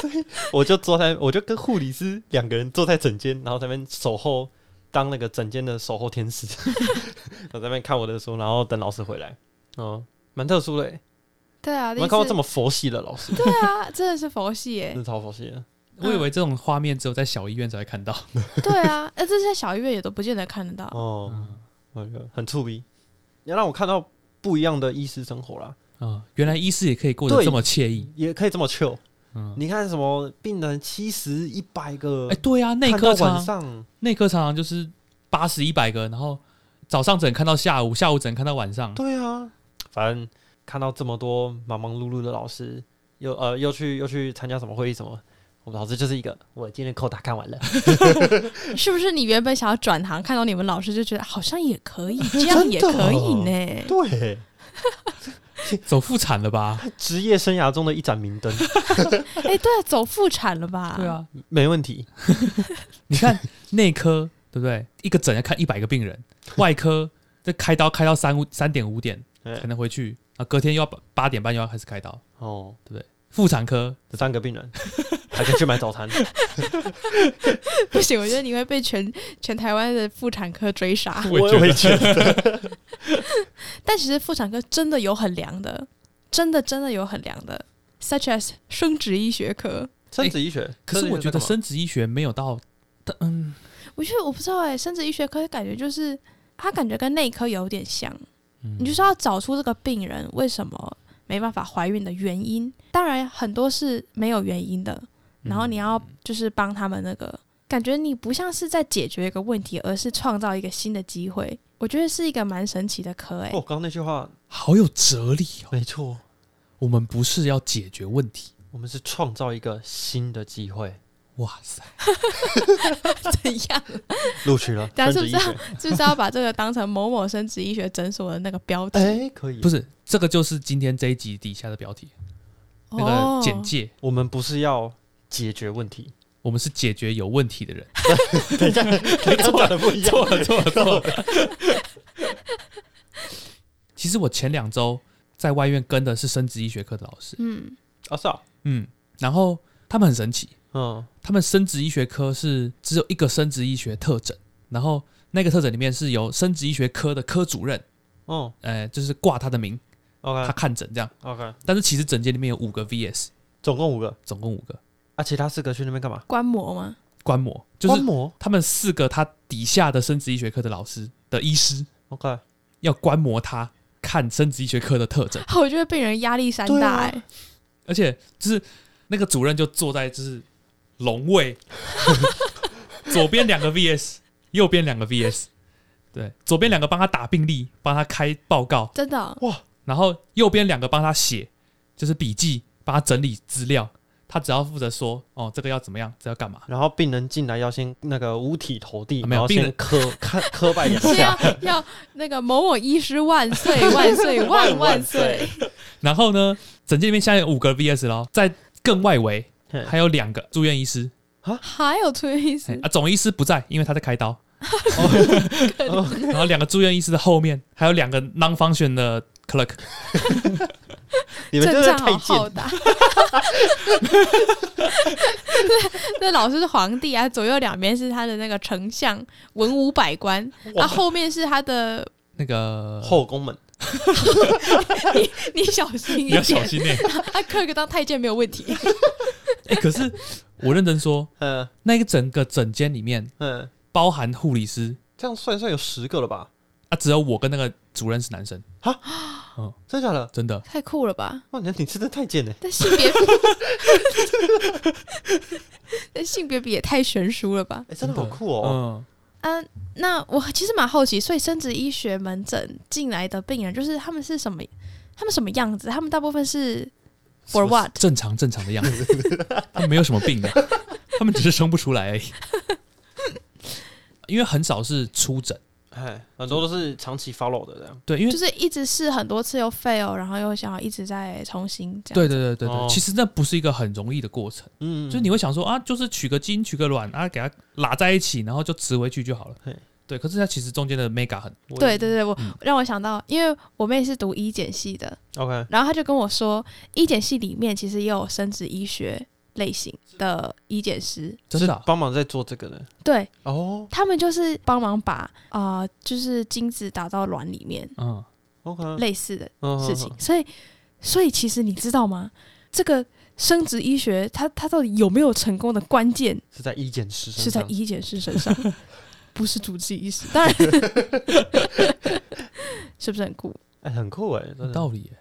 Speaker 2: 所以我就坐在，我就跟护理师两个人坐在诊间，然后在那边守候，当那个诊间的守候天使， 我在那边看我的书，然后等老师回来。哦，蛮特殊的欸，
Speaker 1: 对啊，
Speaker 2: 我
Speaker 1: 第
Speaker 2: 没
Speaker 1: 一
Speaker 2: 看过
Speaker 1: 次
Speaker 2: 这么嗯佛系的老师，
Speaker 1: 对啊，真的是佛系耶
Speaker 2: 真。的超佛系的。
Speaker 3: 我以为这种画面只有在小医院才会看到，
Speaker 1: 对啊，哎，这些小医院也都不见得看得到。
Speaker 2: 哦，
Speaker 3: 嗯
Speaker 2: 我觉得很触鼻，也让我看到不一样的医师生活啦，
Speaker 3: 嗯，原来医师也可以过得
Speaker 2: 对
Speaker 3: 这么惬意，
Speaker 2: 也可以这么 chill。
Speaker 3: 嗯，
Speaker 2: 你看什么病人七十、一百个
Speaker 3: 哎，，对啊，内
Speaker 2: 看
Speaker 3: 科
Speaker 2: 到
Speaker 3: 常
Speaker 2: 晚上，
Speaker 3: 内科常常就是八十一百个，然后早上诊看到下午，下午诊看到晚上，
Speaker 2: 对啊，反正看到这么多忙忙碌碌的老师，又呃又去又去参加什么会议什么，我们老师就是一个，我今天扣打看完 了，嗯
Speaker 1: 是不是你原本想要转行，看到你们老师就觉得好像也可 以，这样也
Speaker 2: 哦
Speaker 1: 可以呢？
Speaker 2: 对，
Speaker 3: 走妇产了吧？
Speaker 2: 职业生涯中的一盏明灯，
Speaker 1: 哎，对啊，走妇产了吧？
Speaker 3: 对，啊，
Speaker 2: 没问题。
Speaker 3: 你看内科对不对？一个诊要看一百个病人，外科这开刀开到三五三点五点
Speaker 2: 哎
Speaker 3: 才能回去，啊，隔天又要八八点半又要开始开刀。
Speaker 2: 哦，
Speaker 3: 妇产科
Speaker 2: 这三个病人还可以去买早餐，
Speaker 1: 不行，我觉得你会被全全台湾的妇产科追杀。
Speaker 2: 嗯
Speaker 3: 我也
Speaker 2: 觉得
Speaker 1: 但其实妇产科真的有很凉的，真的真的有很凉的，such as 生殖医学科。
Speaker 2: 生殖医学，
Speaker 3: 哎可是我觉得
Speaker 2: 生殖医学在干嘛
Speaker 3: 生殖医学没有到，但嗯
Speaker 1: 我觉得我不知道哎、生殖医学科感觉就是它感觉跟内科有点像，
Speaker 3: 嗯，
Speaker 1: 你就是要找出这个病人为什么没办法怀孕的原因。当然很多是没有原因的，
Speaker 3: 嗯
Speaker 1: 然后你要就是帮他们那个。感觉你不像是在解决一个问题，而是创造一个新的机会。我觉得是一个蛮神奇的科哎、
Speaker 2: 哦，刚刚那句话
Speaker 3: 好有哲理哦。
Speaker 2: 没错，
Speaker 3: 我们不是要解决问题，
Speaker 2: 我们是创造一个新的机会，
Speaker 3: 哇塞，
Speaker 1: 怎样？
Speaker 2: 录取了
Speaker 1: 等下是
Speaker 2: 生殖
Speaker 1: 不
Speaker 2: 医
Speaker 1: 是要
Speaker 2: 学，
Speaker 1: 是不是要把这个当成某某生殖医学诊所的那个标题？
Speaker 2: 哎，可以，
Speaker 3: 不
Speaker 2: 是
Speaker 3: 是这个就是今天这一集底下的标题那
Speaker 1: 哦
Speaker 3: 个简介。
Speaker 2: 我们不是要解决问题，
Speaker 3: 我们是解决有问题的人，
Speaker 2: 等一下，跟刚讲的不一样，
Speaker 3: 错了错了错了。 其实我前两周在外院跟的是生殖医学科的老师，
Speaker 1: 嗯，
Speaker 2: 啊，是啊，
Speaker 3: 嗯，然后他们很神奇，
Speaker 2: 嗯，
Speaker 3: 他们生殖医学科是只有一个生殖医学特诊，然后那个特诊里面是由生殖医学科的科主任，
Speaker 2: 哦
Speaker 3: 呃，就是挂他的名，他
Speaker 2: ，OK
Speaker 3: 看诊这样。
Speaker 2: OK，
Speaker 3: 但是其实诊间里面有五个 VS，
Speaker 2: 总共五个，
Speaker 3: 总共五个
Speaker 2: 啊，其他四个去那边干嘛？
Speaker 1: 观摩吗？
Speaker 3: 观摩，就
Speaker 2: 观
Speaker 3: 是
Speaker 2: 摩
Speaker 3: 他们四个他底下的生殖医学科的老师的医师
Speaker 2: ，OK，
Speaker 3: 要观摩他看生殖医学科的特征，
Speaker 1: 我觉得病人压力山
Speaker 2: 对
Speaker 1: 大
Speaker 2: 啊
Speaker 1: 哎、
Speaker 3: 而且就是那个主任就坐在就是龙位， 左边两个 VS，右边两个 VS，对，左边两个帮他打病历，帮他开报告，
Speaker 1: 真的哦
Speaker 2: 哇，
Speaker 3: 然后右边两个帮他写，就是笔记，帮他整理资料，他只要负责说哦这个要怎么样，这要干嘛。
Speaker 2: 然后病人进来要先那个五体投地，
Speaker 3: 啊没
Speaker 2: 然
Speaker 3: 有
Speaker 2: 后
Speaker 3: 病
Speaker 2: 先
Speaker 3: 人
Speaker 2: 磕磕磕拜 两
Speaker 1: 是啊
Speaker 2: 下，
Speaker 1: 要要那个某某医师万岁万岁万万岁，
Speaker 3: 然后呢，整间里面现在有五个 VS 咯，在更外围
Speaker 2: 嘿
Speaker 3: 还有两个住院医师，
Speaker 1: 还有出院医
Speaker 3: 嘿
Speaker 1: 师
Speaker 3: 啊，总医师不在，因为他在开 刀。
Speaker 2: 哦
Speaker 3: 然后两个住院医师的后面还有两个 non-function 的 clerk，
Speaker 2: 你们
Speaker 1: 阵
Speaker 2: 真的
Speaker 1: 仗
Speaker 2: 太
Speaker 1: 好
Speaker 2: 贱
Speaker 1: 浩
Speaker 2: 了，
Speaker 1: 大。 那那老师是皇帝啊，左右两边是他的那个丞相、文武百官，啊，后面是他的，
Speaker 3: 那个
Speaker 2: 后宫们，
Speaker 1: 你小心一
Speaker 3: 你要小
Speaker 1: 点，
Speaker 3: 心 点。
Speaker 1: 他克个当太监没有问题。
Speaker 3: 哎、可是我认真说，
Speaker 2: 嗯
Speaker 3: 那个整个整间里面
Speaker 2: 嗯，
Speaker 3: 包含护理师
Speaker 2: 这样算一算有十个了吧？
Speaker 3: 啊，只有我跟那个主任是男生，
Speaker 2: 真的假的？
Speaker 3: 真的。
Speaker 1: 太酷了吧？
Speaker 2: 哇，你你真的太贱了，
Speaker 1: 但性别， 但性别比也太悬殊了吧？
Speaker 2: 哎，真的好
Speaker 3: 真的
Speaker 2: 酷哦！
Speaker 3: 嗯，
Speaker 1: 嗯，那我其实蛮好奇，所以生殖医学门诊进来的病人，就是他们是什么？他们什么样子？他们大部分是 for what？
Speaker 3: 正常正常的样子， 他们没有什么病的，他们只是生不出 来而已。因为很少是出诊，
Speaker 2: 哎，很多都是长期 follow 的这样。
Speaker 3: 对，因为
Speaker 1: 就是一直试很多次又 fail，然后又想要一直在重新这样。
Speaker 3: 对对对对对，
Speaker 2: 哦
Speaker 3: 其实那不是一个很容易的过程，
Speaker 2: 嗯，
Speaker 3: 就是你会想说啊，就是取个精取个卵啊，给它拉在一起，然后就植回去就好了
Speaker 2: 嘿。
Speaker 3: 对，可是它其实中间的 mega 很，
Speaker 2: 我
Speaker 1: 对对对，我、
Speaker 3: 嗯
Speaker 1: 让我想到，因为我妹是读医检系的，
Speaker 2: ，OK，
Speaker 1: 然后她就跟我说，医检系里面其实也有生殖医学类型的医检师，
Speaker 3: 真的啊、
Speaker 2: 帮忙在做这个的
Speaker 1: 对
Speaker 2: 哦
Speaker 1: 他们就是帮忙把啊、呃就是精子打到卵里面
Speaker 3: 嗯，
Speaker 2: 哦，OK，
Speaker 1: 类似的
Speaker 2: 嗯
Speaker 1: 事情。，所以，所以其实你知道吗？这个生殖医学它它到底有没有成功的关键
Speaker 2: 是在医检师身
Speaker 1: 是在
Speaker 2: 上，
Speaker 1: 医检师身 上，不是主治医师。当然，是不是很酷？
Speaker 2: 哎，很酷哎，真
Speaker 3: 有
Speaker 2: 的
Speaker 3: 道理耶，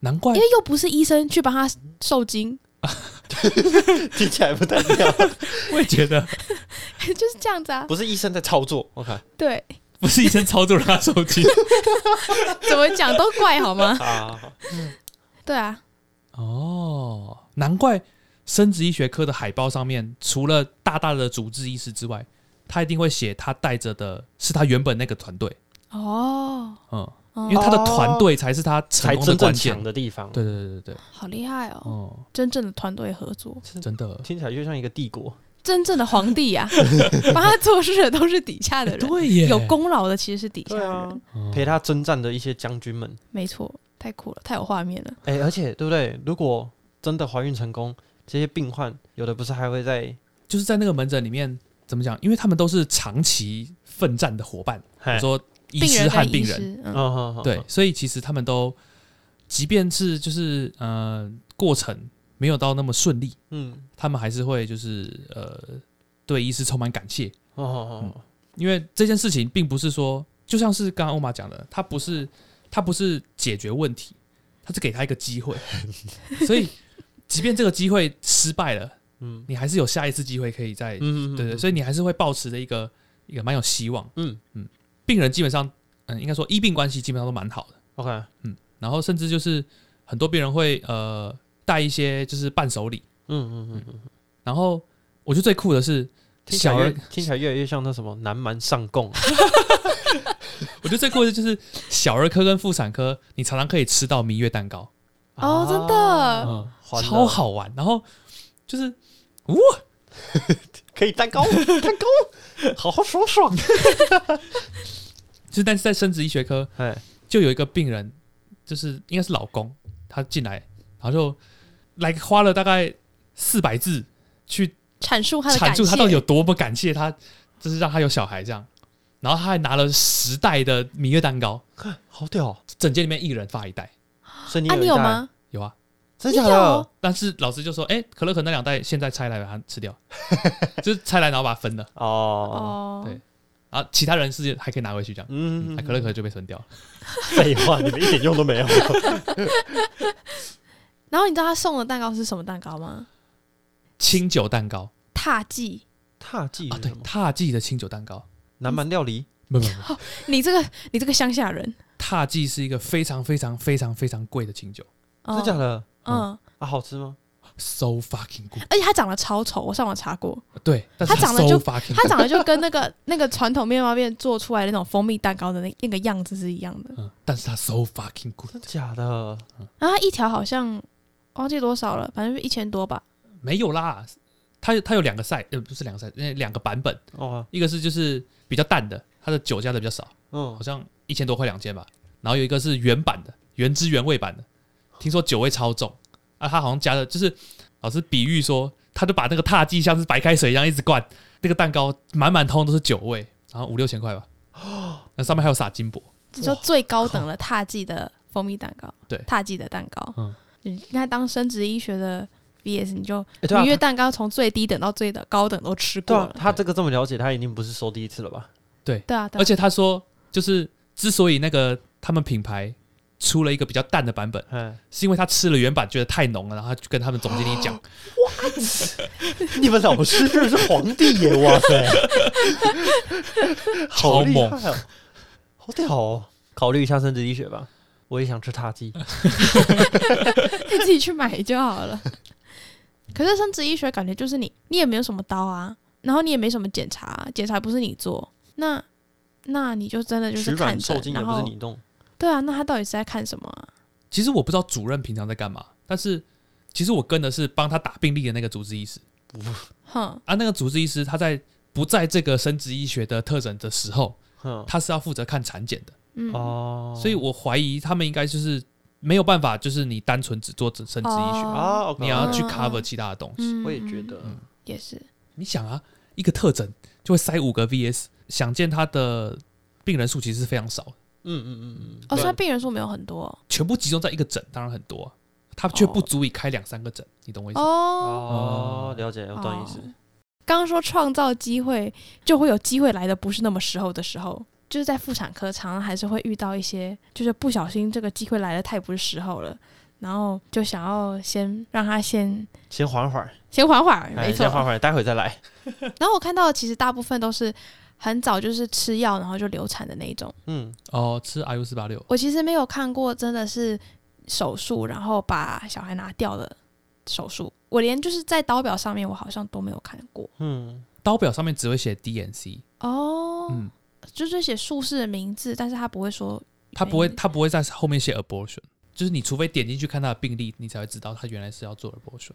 Speaker 3: 难怪
Speaker 1: 因为又不是医生去帮他受精，
Speaker 2: 听起来不太一样，
Speaker 3: 会觉得
Speaker 1: 就是这样子啊。
Speaker 2: 不是医生在操作，OK，
Speaker 1: 对，
Speaker 3: 不是医生操作让他受精
Speaker 1: 怎么讲都怪好 吗？
Speaker 2: 好好好
Speaker 1: 对啊，
Speaker 3: 哦，难怪生殖医学科的海报上面，除了大大的主治医师之外，他一定会写他带着的是他原本那个团队，
Speaker 1: 哦，
Speaker 3: 嗯，
Speaker 1: 哦
Speaker 3: 因为他的团队才是他成
Speaker 2: 才
Speaker 3: 功的
Speaker 2: 真正
Speaker 3: 关键
Speaker 2: 强。的地方，
Speaker 3: 对对对对对，
Speaker 1: 好厉害哦，
Speaker 3: 哦，
Speaker 1: 真正的团队合作，
Speaker 3: 真的，
Speaker 2: 听起来就像一个帝国，
Speaker 1: 真正的皇帝 呀、啊，帮他做事的都是底下的人，
Speaker 3: 对耶，
Speaker 1: 有功劳的其实是底下
Speaker 2: 对
Speaker 1: 的
Speaker 2: 啊
Speaker 1: 人，
Speaker 3: 嗯
Speaker 2: 陪他征战的一些将军们，
Speaker 1: 没错，太酷了，太有画面了。
Speaker 2: 哎，而且对不对？如果真的怀孕成功，这些病患有的不是还会在，
Speaker 3: 就是在那个门诊里面怎么讲？因为他们都是长期奋战的伙伴，
Speaker 2: 嘿
Speaker 3: 我说医
Speaker 1: 病人
Speaker 3: 师和
Speaker 1: 跟
Speaker 3: 病
Speaker 1: 医
Speaker 3: 人，哦
Speaker 1: 师，嗯，
Speaker 2: 哎嗯，好好
Speaker 3: 对，所以其实他们都，即便是就是呃过程没有到那么顺利，
Speaker 2: 嗯，
Speaker 3: 他们还是会就是呃对医师充满感谢，
Speaker 2: 哦哦哦，
Speaker 3: 因为这件事情并不是说，就像是刚刚欧玛讲的，他不是他不是解决问题，他是给他一个 机会，所以即便这个机会失败了，
Speaker 2: 嗯
Speaker 3: 你还是有下一次机会可以再，
Speaker 2: 嗯，嗯
Speaker 3: 对对，
Speaker 2: 嗯
Speaker 3: 所以你还是会保持着一个一个蛮有希望。
Speaker 2: 嗯
Speaker 3: 病人基本上，嗯，应该说医病关系基本上都蛮好的。
Speaker 2: ，OK，嗯
Speaker 3: 然后甚至就是很多病人会呃带一些就是伴手礼，
Speaker 2: 嗯嗯嗯嗯，
Speaker 3: 然后我觉得最酷的是
Speaker 2: 听起来
Speaker 3: 小儿
Speaker 2: 越听起来越来越像那什么南蛮上贡啊，
Speaker 3: 我觉得最酷的就是小儿科跟妇产科，你常常可以吃到蜜月蛋糕，
Speaker 1: 哦，真的，
Speaker 2: 啊嗯，欢乐
Speaker 3: 超，好玩。然后就是
Speaker 2: 可以蛋糕 蛋糕，好好爽爽，
Speaker 3: 就是但是在生殖医学科
Speaker 2: 哎，
Speaker 3: 就有一个病人，就是应该是老公，他进来，然后就来花了大概四百字去
Speaker 1: 阐述他的
Speaker 3: 阐
Speaker 1: 感谢，啊
Speaker 3: 述他到底有多么感谢他，就是让他有小孩这样。然后他还拿了十袋的蜜月蛋糕，
Speaker 2: 看好屌哦，
Speaker 3: 整间里面一人发一袋，
Speaker 2: 所以你
Speaker 1: 啊啊，你有
Speaker 2: 一袋？
Speaker 1: 吗？
Speaker 3: 有啊，
Speaker 2: 真
Speaker 1: 你
Speaker 2: 假
Speaker 1: 有
Speaker 2: 的？哦
Speaker 3: 但是老师就说：“哎、可乐可那两袋现在拆来把它吃掉， 就是拆来然后把它分了
Speaker 2: 哦，
Speaker 1: 哦，
Speaker 3: 对啊，其他人是还可以拿回去这样。
Speaker 2: 嗯
Speaker 3: 嗯，可乐可就被分掉了。
Speaker 2: 废话，你们一点用都 没有。啊
Speaker 1: 然后你知道他送的蛋糕是什么蛋糕吗？
Speaker 3: 清酒蛋糕
Speaker 1: 踏记。
Speaker 2: 踏迹
Speaker 3: 啊，
Speaker 2: 是
Speaker 3: 对
Speaker 2: 什，么
Speaker 3: 踏记的清酒蛋糕，
Speaker 2: 南蛮料理
Speaker 3: 没有没有 没有，
Speaker 1: 你这个你这个乡下人，
Speaker 3: 踏记是一个非常非常非常非常贵的清酒
Speaker 1: 哦
Speaker 2: 真假的
Speaker 1: 嗯，
Speaker 2: 啊？好吃吗？
Speaker 3: ，so fucking good。
Speaker 1: 而且他长得超丑，我上网查过，
Speaker 3: 对，但是
Speaker 1: 它长得
Speaker 3: so
Speaker 1: 就
Speaker 3: fucking，
Speaker 1: 他
Speaker 3: good
Speaker 1: 长得就跟那 个那个传统面包店做出来的那种蜂蜜蛋糕的那那个样子是一样的。
Speaker 3: 嗯，但是它 so fucking good，
Speaker 2: 真假的？
Speaker 1: 然后它一条好像忘记多少了，反正就一千多吧。
Speaker 3: 没有啦，它它有两个赛，呃，不是两个赛，呃，两个版本，
Speaker 2: 哦，
Speaker 3: 一个是就是比较淡的，它的酒加的比较少，
Speaker 2: 嗯
Speaker 3: 好，像一千多块两千吧，然后有一个是原版的，原汁原味版的，听说酒味超重啊，它好像加的就是老师比喻说，他就把那个踏剂像是白开水一样一直灌，那个蛋糕满满通都是酒味，然后五六千块吧，那上面还有撒金箔，
Speaker 1: 只说最高等的踏迹的蜂蜜蛋糕，
Speaker 3: 对
Speaker 1: 踏迹的蛋糕，
Speaker 3: 嗯
Speaker 1: 嗯，你看当生殖医学的 VS，你就
Speaker 2: 哎对啊
Speaker 1: 愉悦蛋糕从最低等到最的高等都吃
Speaker 2: 对
Speaker 1: 过
Speaker 2: 啊
Speaker 1: 了，，
Speaker 2: 他这个这么了解，他一定不是收第一次了吧？
Speaker 1: 对啊，对啊
Speaker 3: 而且他说就是之所以那个他们品牌出了一个比较淡的版本，
Speaker 2: 哎，
Speaker 3: 是因为他吃了原版觉得太浓了，然后他就跟他们总经理
Speaker 1: 哦
Speaker 3: 讲，
Speaker 2: 你们老师真的是皇帝 耶！哇塞，好
Speaker 3: 超
Speaker 2: 厉
Speaker 3: 猛
Speaker 2: 害哦，好屌哦！考虑一下生殖医学吧，我也想吃塔鸡。
Speaker 1: 你 自己去买就好了。 可是生殖医学感觉就是你，你也没有什么刀啊，然后你也没什么检查啊、检查不是你做，那那你就真的就
Speaker 2: 取
Speaker 1: 是看
Speaker 2: 卵受
Speaker 1: 诊，
Speaker 2: 精也
Speaker 1: 然
Speaker 2: 不是
Speaker 1: 后
Speaker 2: 你弄，
Speaker 1: 对啊，那他到底是在看什么啊、
Speaker 3: 其实我不知道主任平常在干嘛，但是其实我跟的是帮他打病历的那个主治医师
Speaker 1: 哼，
Speaker 3: 啊，那个主治医师他在不在这个生殖医学的特诊的时候，
Speaker 2: 哼
Speaker 3: 他是要负责看产检的，
Speaker 1: 嗯，
Speaker 2: 哦，
Speaker 3: 所以我怀疑他们应该就是没有办法，就是你单纯只做生殖医学，
Speaker 1: 哦
Speaker 2: 啊，OK，
Speaker 3: 你要去
Speaker 1: 嗯嗯
Speaker 3: cover 其他的东西。
Speaker 1: 嗯
Speaker 2: 我也觉得
Speaker 3: 嗯
Speaker 1: 也是，
Speaker 3: 你想啊，一个特诊就会塞五个 VS，想见他的病人数其实是非常少的，
Speaker 2: 嗯嗯嗯嗯，
Speaker 1: 哦，
Speaker 3: 对
Speaker 1: 虽然病人数没有很多
Speaker 3: 全部集中在一个诊，当然很多啊、他却不
Speaker 1: 哦
Speaker 3: 足以开两三个诊，你懂我意思？
Speaker 1: 哦，
Speaker 2: 哦，了解，我懂意思
Speaker 1: 哦。刚刚说创造机会，就会有机会来的不是那么时候的时候，就是在妇产科常常还是会遇到一些，就是不小心这个机会来的太不是时候了，然后就想要先让他先
Speaker 2: 先缓缓，
Speaker 1: 先缓缓，
Speaker 2: 哎
Speaker 1: 没错
Speaker 2: 先。缓缓，待会再来。
Speaker 1: 然后我看到的其实大部分都是很早就是吃药然后就流产的那一种，
Speaker 2: 嗯，
Speaker 3: 哦，吃 IU 四八六，
Speaker 1: 我其实没有看过真的是手术然后把小孩拿掉的手术，我连就是在刀表上面我好像都没有看过
Speaker 2: 嗯，
Speaker 3: 刀表上面只会写 DNC，
Speaker 1: 哦。
Speaker 3: 嗯，
Speaker 1: 就是写术士的名字，但是他不会说，
Speaker 3: 他不会，
Speaker 1: 哎
Speaker 3: 他不会在后面写 abortion，就是你除非点进去看他的病历，你才会知道他原来是要做 abortion。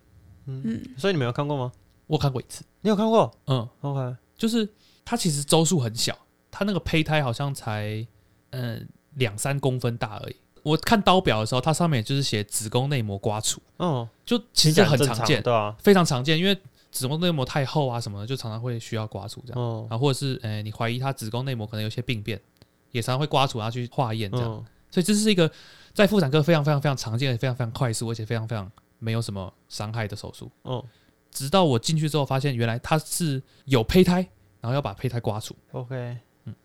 Speaker 1: 嗯，
Speaker 2: 所以你没有看过吗？
Speaker 3: 我看过一次，
Speaker 2: 你有看过
Speaker 3: 嗯，
Speaker 2: ？OK，
Speaker 3: 就是他其实周数很小，他那个胚胎好像才嗯两三公分大而已。我看刀表的时候，它上面就是写子宫内膜刮除，
Speaker 2: 嗯，
Speaker 3: 就其
Speaker 2: 听
Speaker 3: 实
Speaker 2: 起来
Speaker 3: 很
Speaker 2: 正
Speaker 3: 常见，
Speaker 2: 对啊，
Speaker 3: 非常常见，因为子宫内膜太厚啊什么的，就常常会需要刮除这样。
Speaker 2: 嗯
Speaker 3: 啊，或者是呃，你怀疑他子宫内膜可能有些病变，也常常会刮除，然后去化验这样。
Speaker 2: 嗯，
Speaker 3: 所以这是一个在妇产科非常非常非常常见的、非常非常快速，而且非常非常没有什么伤害的手术。
Speaker 2: 嗯，
Speaker 3: 直到我进去之后，发现原来他是有胚胎，然后要把胚胎刮除。
Speaker 2: OK，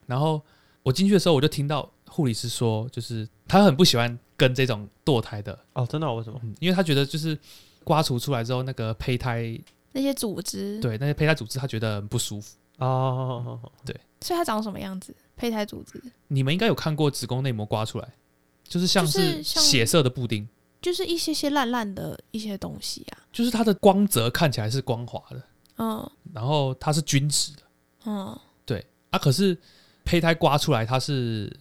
Speaker 3: 然后我进去的时候，我就听到护理师说，就是他很不喜欢跟这种堕胎的，
Speaker 2: 哦，真的哦，为什么？
Speaker 3: 嗯，因为他觉得就是刮除出来之后，那个胚胎
Speaker 1: 那些组织，，
Speaker 3: 对那些胚胎组织，他觉得很不舒服。
Speaker 2: 哦，
Speaker 1: 所以它长什么样子？胚胎组织
Speaker 3: 你们应该有看过子宫内膜刮出来，就是像
Speaker 1: 就是
Speaker 3: 是
Speaker 1: 像
Speaker 3: 血色的布丁，
Speaker 1: 就是一些些烂烂的一些东西啊，
Speaker 3: 就是它的光泽看起来是光滑的，
Speaker 1: 嗯
Speaker 3: 然后它是均质的
Speaker 1: 嗯，
Speaker 3: 啊。可是胚胎刮出来，它是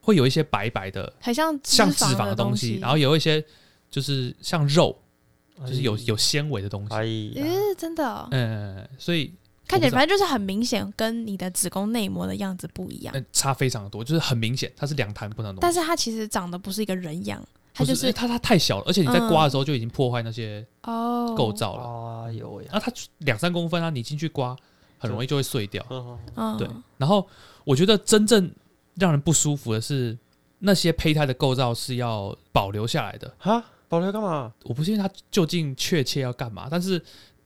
Speaker 3: 会有一些白白的，
Speaker 1: 很像
Speaker 3: 像脂
Speaker 1: 肪
Speaker 3: 肪的东
Speaker 1: 西，
Speaker 3: 然后有一些就是像肉，
Speaker 2: 就
Speaker 3: 就是有有纤维的东西。
Speaker 2: 哎呀，
Speaker 1: 呃，真的哦、
Speaker 3: 嗯，所以
Speaker 1: 看起来
Speaker 3: 我不知道
Speaker 1: 反正就是很明显跟你的子宫内膜的样子不一样，
Speaker 3: 嗯差非常的多，就是很明显它是两弹不同的东
Speaker 1: 但
Speaker 3: 西。
Speaker 1: 是它其实长得不是一个人样，它
Speaker 3: 不
Speaker 1: 就是
Speaker 3: 因为它它太小了，而且你在
Speaker 1: 嗯
Speaker 3: 刮的时候就已经破坏那些
Speaker 1: 哦
Speaker 3: 构，造了。
Speaker 2: 啊有喂，
Speaker 3: 啊，它两三公分啊，你进去刮很容易就会碎掉。
Speaker 2: 嗯
Speaker 1: 嗯，
Speaker 3: 对，然后我觉得真正让人不舒服的是，那些胚胎的构造是要保留下来的，
Speaker 2: 哈，保留干嘛？
Speaker 3: 我不确定它究竟确切要干嘛，但是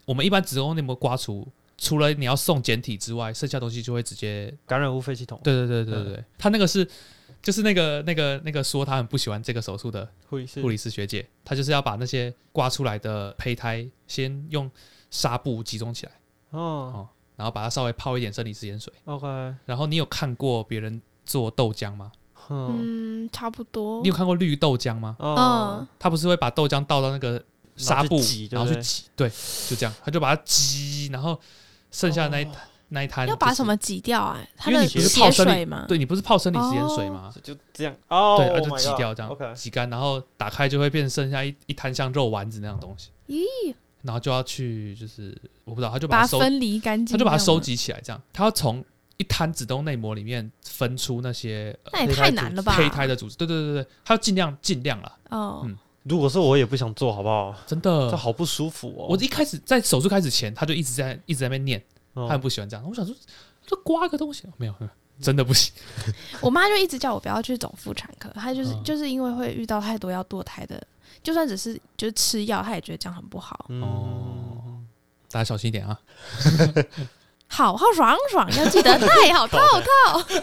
Speaker 3: 我们一般子宫内膜刮除，除了你要送简体之外，剩下东西就会直接，
Speaker 2: 感染物肺系统
Speaker 3: 对对对对对，他、那个是就是那个那个那个说他很不喜欢这个手术的
Speaker 2: 护理师
Speaker 3: 护理师学姐，她就是要把那些刮出来的胚胎先用纱布集中起来，
Speaker 2: 哦
Speaker 3: 然后把它稍微泡一点生理食盐水。
Speaker 2: ，OK，
Speaker 3: 然后你有看过别人做豆浆吗？
Speaker 2: 嗯，
Speaker 1: 嗯，差不多
Speaker 3: 你。有看过绿豆浆吗？
Speaker 2: 哦
Speaker 1: 嗯，，
Speaker 3: 他不是会把豆浆倒到那个纱布
Speaker 2: 然后去挤，对不
Speaker 3: 然后
Speaker 2: 对
Speaker 3: 去挤，对，就这样，他就把它挤，然后剩下那一、
Speaker 2: 哦
Speaker 3: 那一滩
Speaker 1: 要
Speaker 3: 就
Speaker 1: 把
Speaker 3: 是
Speaker 1: 什？么挤掉啊？它
Speaker 3: 因为
Speaker 1: 的
Speaker 3: 你不是
Speaker 1: 血
Speaker 3: 泡生理
Speaker 1: 水吗？
Speaker 3: 对你不是泡生理食盐水吗？
Speaker 2: 就这样哦，
Speaker 3: 对，啊
Speaker 2: oh
Speaker 3: 就
Speaker 2: my
Speaker 3: 挤
Speaker 2: god，
Speaker 3: 掉这样
Speaker 2: OK，
Speaker 3: 挤干，然后打开就会变剩下一一滩像肉丸子那样东西，
Speaker 1: 咦，
Speaker 3: 然后就要去就是我不知道，他就
Speaker 1: 把
Speaker 3: 它
Speaker 1: 它
Speaker 3: 收，
Speaker 1: 分离干净，
Speaker 3: 他就把它
Speaker 1: 这样
Speaker 3: 收
Speaker 1: 吗。
Speaker 3: 集起来，这样，他要从一滩子宫内膜里面分出那些呃
Speaker 1: 那也
Speaker 2: 胚胎
Speaker 1: 太
Speaker 2: 组
Speaker 1: 难了吧？
Speaker 3: 胚胎的组织，对对对对，他要尽量尽量啦，
Speaker 1: 哦
Speaker 3: 嗯，
Speaker 2: 如果是我也不想做，好不好？
Speaker 3: 真
Speaker 2: 这
Speaker 3: 的。
Speaker 2: 好不舒服哦。
Speaker 3: 我一开始在手术开始前，他就一直在一直在那边念，他很
Speaker 2: 嗯
Speaker 3: 不喜欢这样。我想说，就刮个东西，没有，没 有真的不行。
Speaker 1: 我妈就一直叫我不要去走妇产科，她就是、
Speaker 3: 嗯
Speaker 1: 就是因为会遇到太多要堕胎的，就算只是就是吃药，她也觉得这样很不好。
Speaker 3: 哦
Speaker 2: 嗯，
Speaker 3: 大家小心一点啊！
Speaker 1: 好好爽爽，要记 得戴好套套。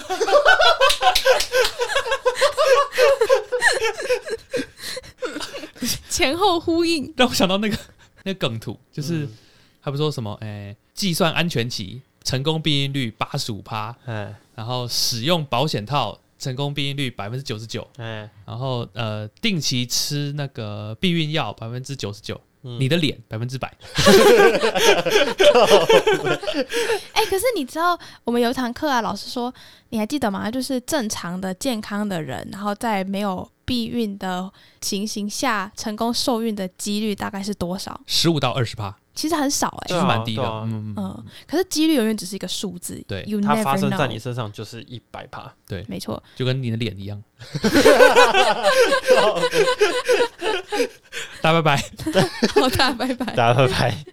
Speaker 1: 前后呼应，
Speaker 3: 让我想到那个那个梗图，就是
Speaker 2: 嗯
Speaker 3: 他不是说什么，哎、计算安全期成功避孕率八十五趴，
Speaker 2: 哎
Speaker 3: 然后使用保险套成功避孕率百分之九十九，
Speaker 2: 哎，
Speaker 3: 然后呃定期吃那个避孕药百分之九十九，
Speaker 2: 嗯
Speaker 3: 你的脸百分之百。
Speaker 1: 哎、可是你知道我们有一堂课啊，老师说你还记得吗？就是正常的、健康的人，然后在没有避孕的情形下，成功受孕的几率大概是多少？
Speaker 3: 十五到二十趴，
Speaker 1: 其实很少哎、
Speaker 3: 其
Speaker 2: 对
Speaker 3: 实
Speaker 2: 啊
Speaker 3: 蛮低的。
Speaker 2: 对啊
Speaker 3: 嗯嗯
Speaker 1: 嗯，可是几率永远只是一个数字，
Speaker 3: 对
Speaker 1: ，you
Speaker 2: 它
Speaker 1: never
Speaker 2: 发生在你
Speaker 1: know，
Speaker 2: 身上就是一百趴。
Speaker 1: 没错，
Speaker 3: 就跟你的脸一样。 大家拜拜。
Speaker 1: 好的，拜拜。
Speaker 2: 大家拜拜。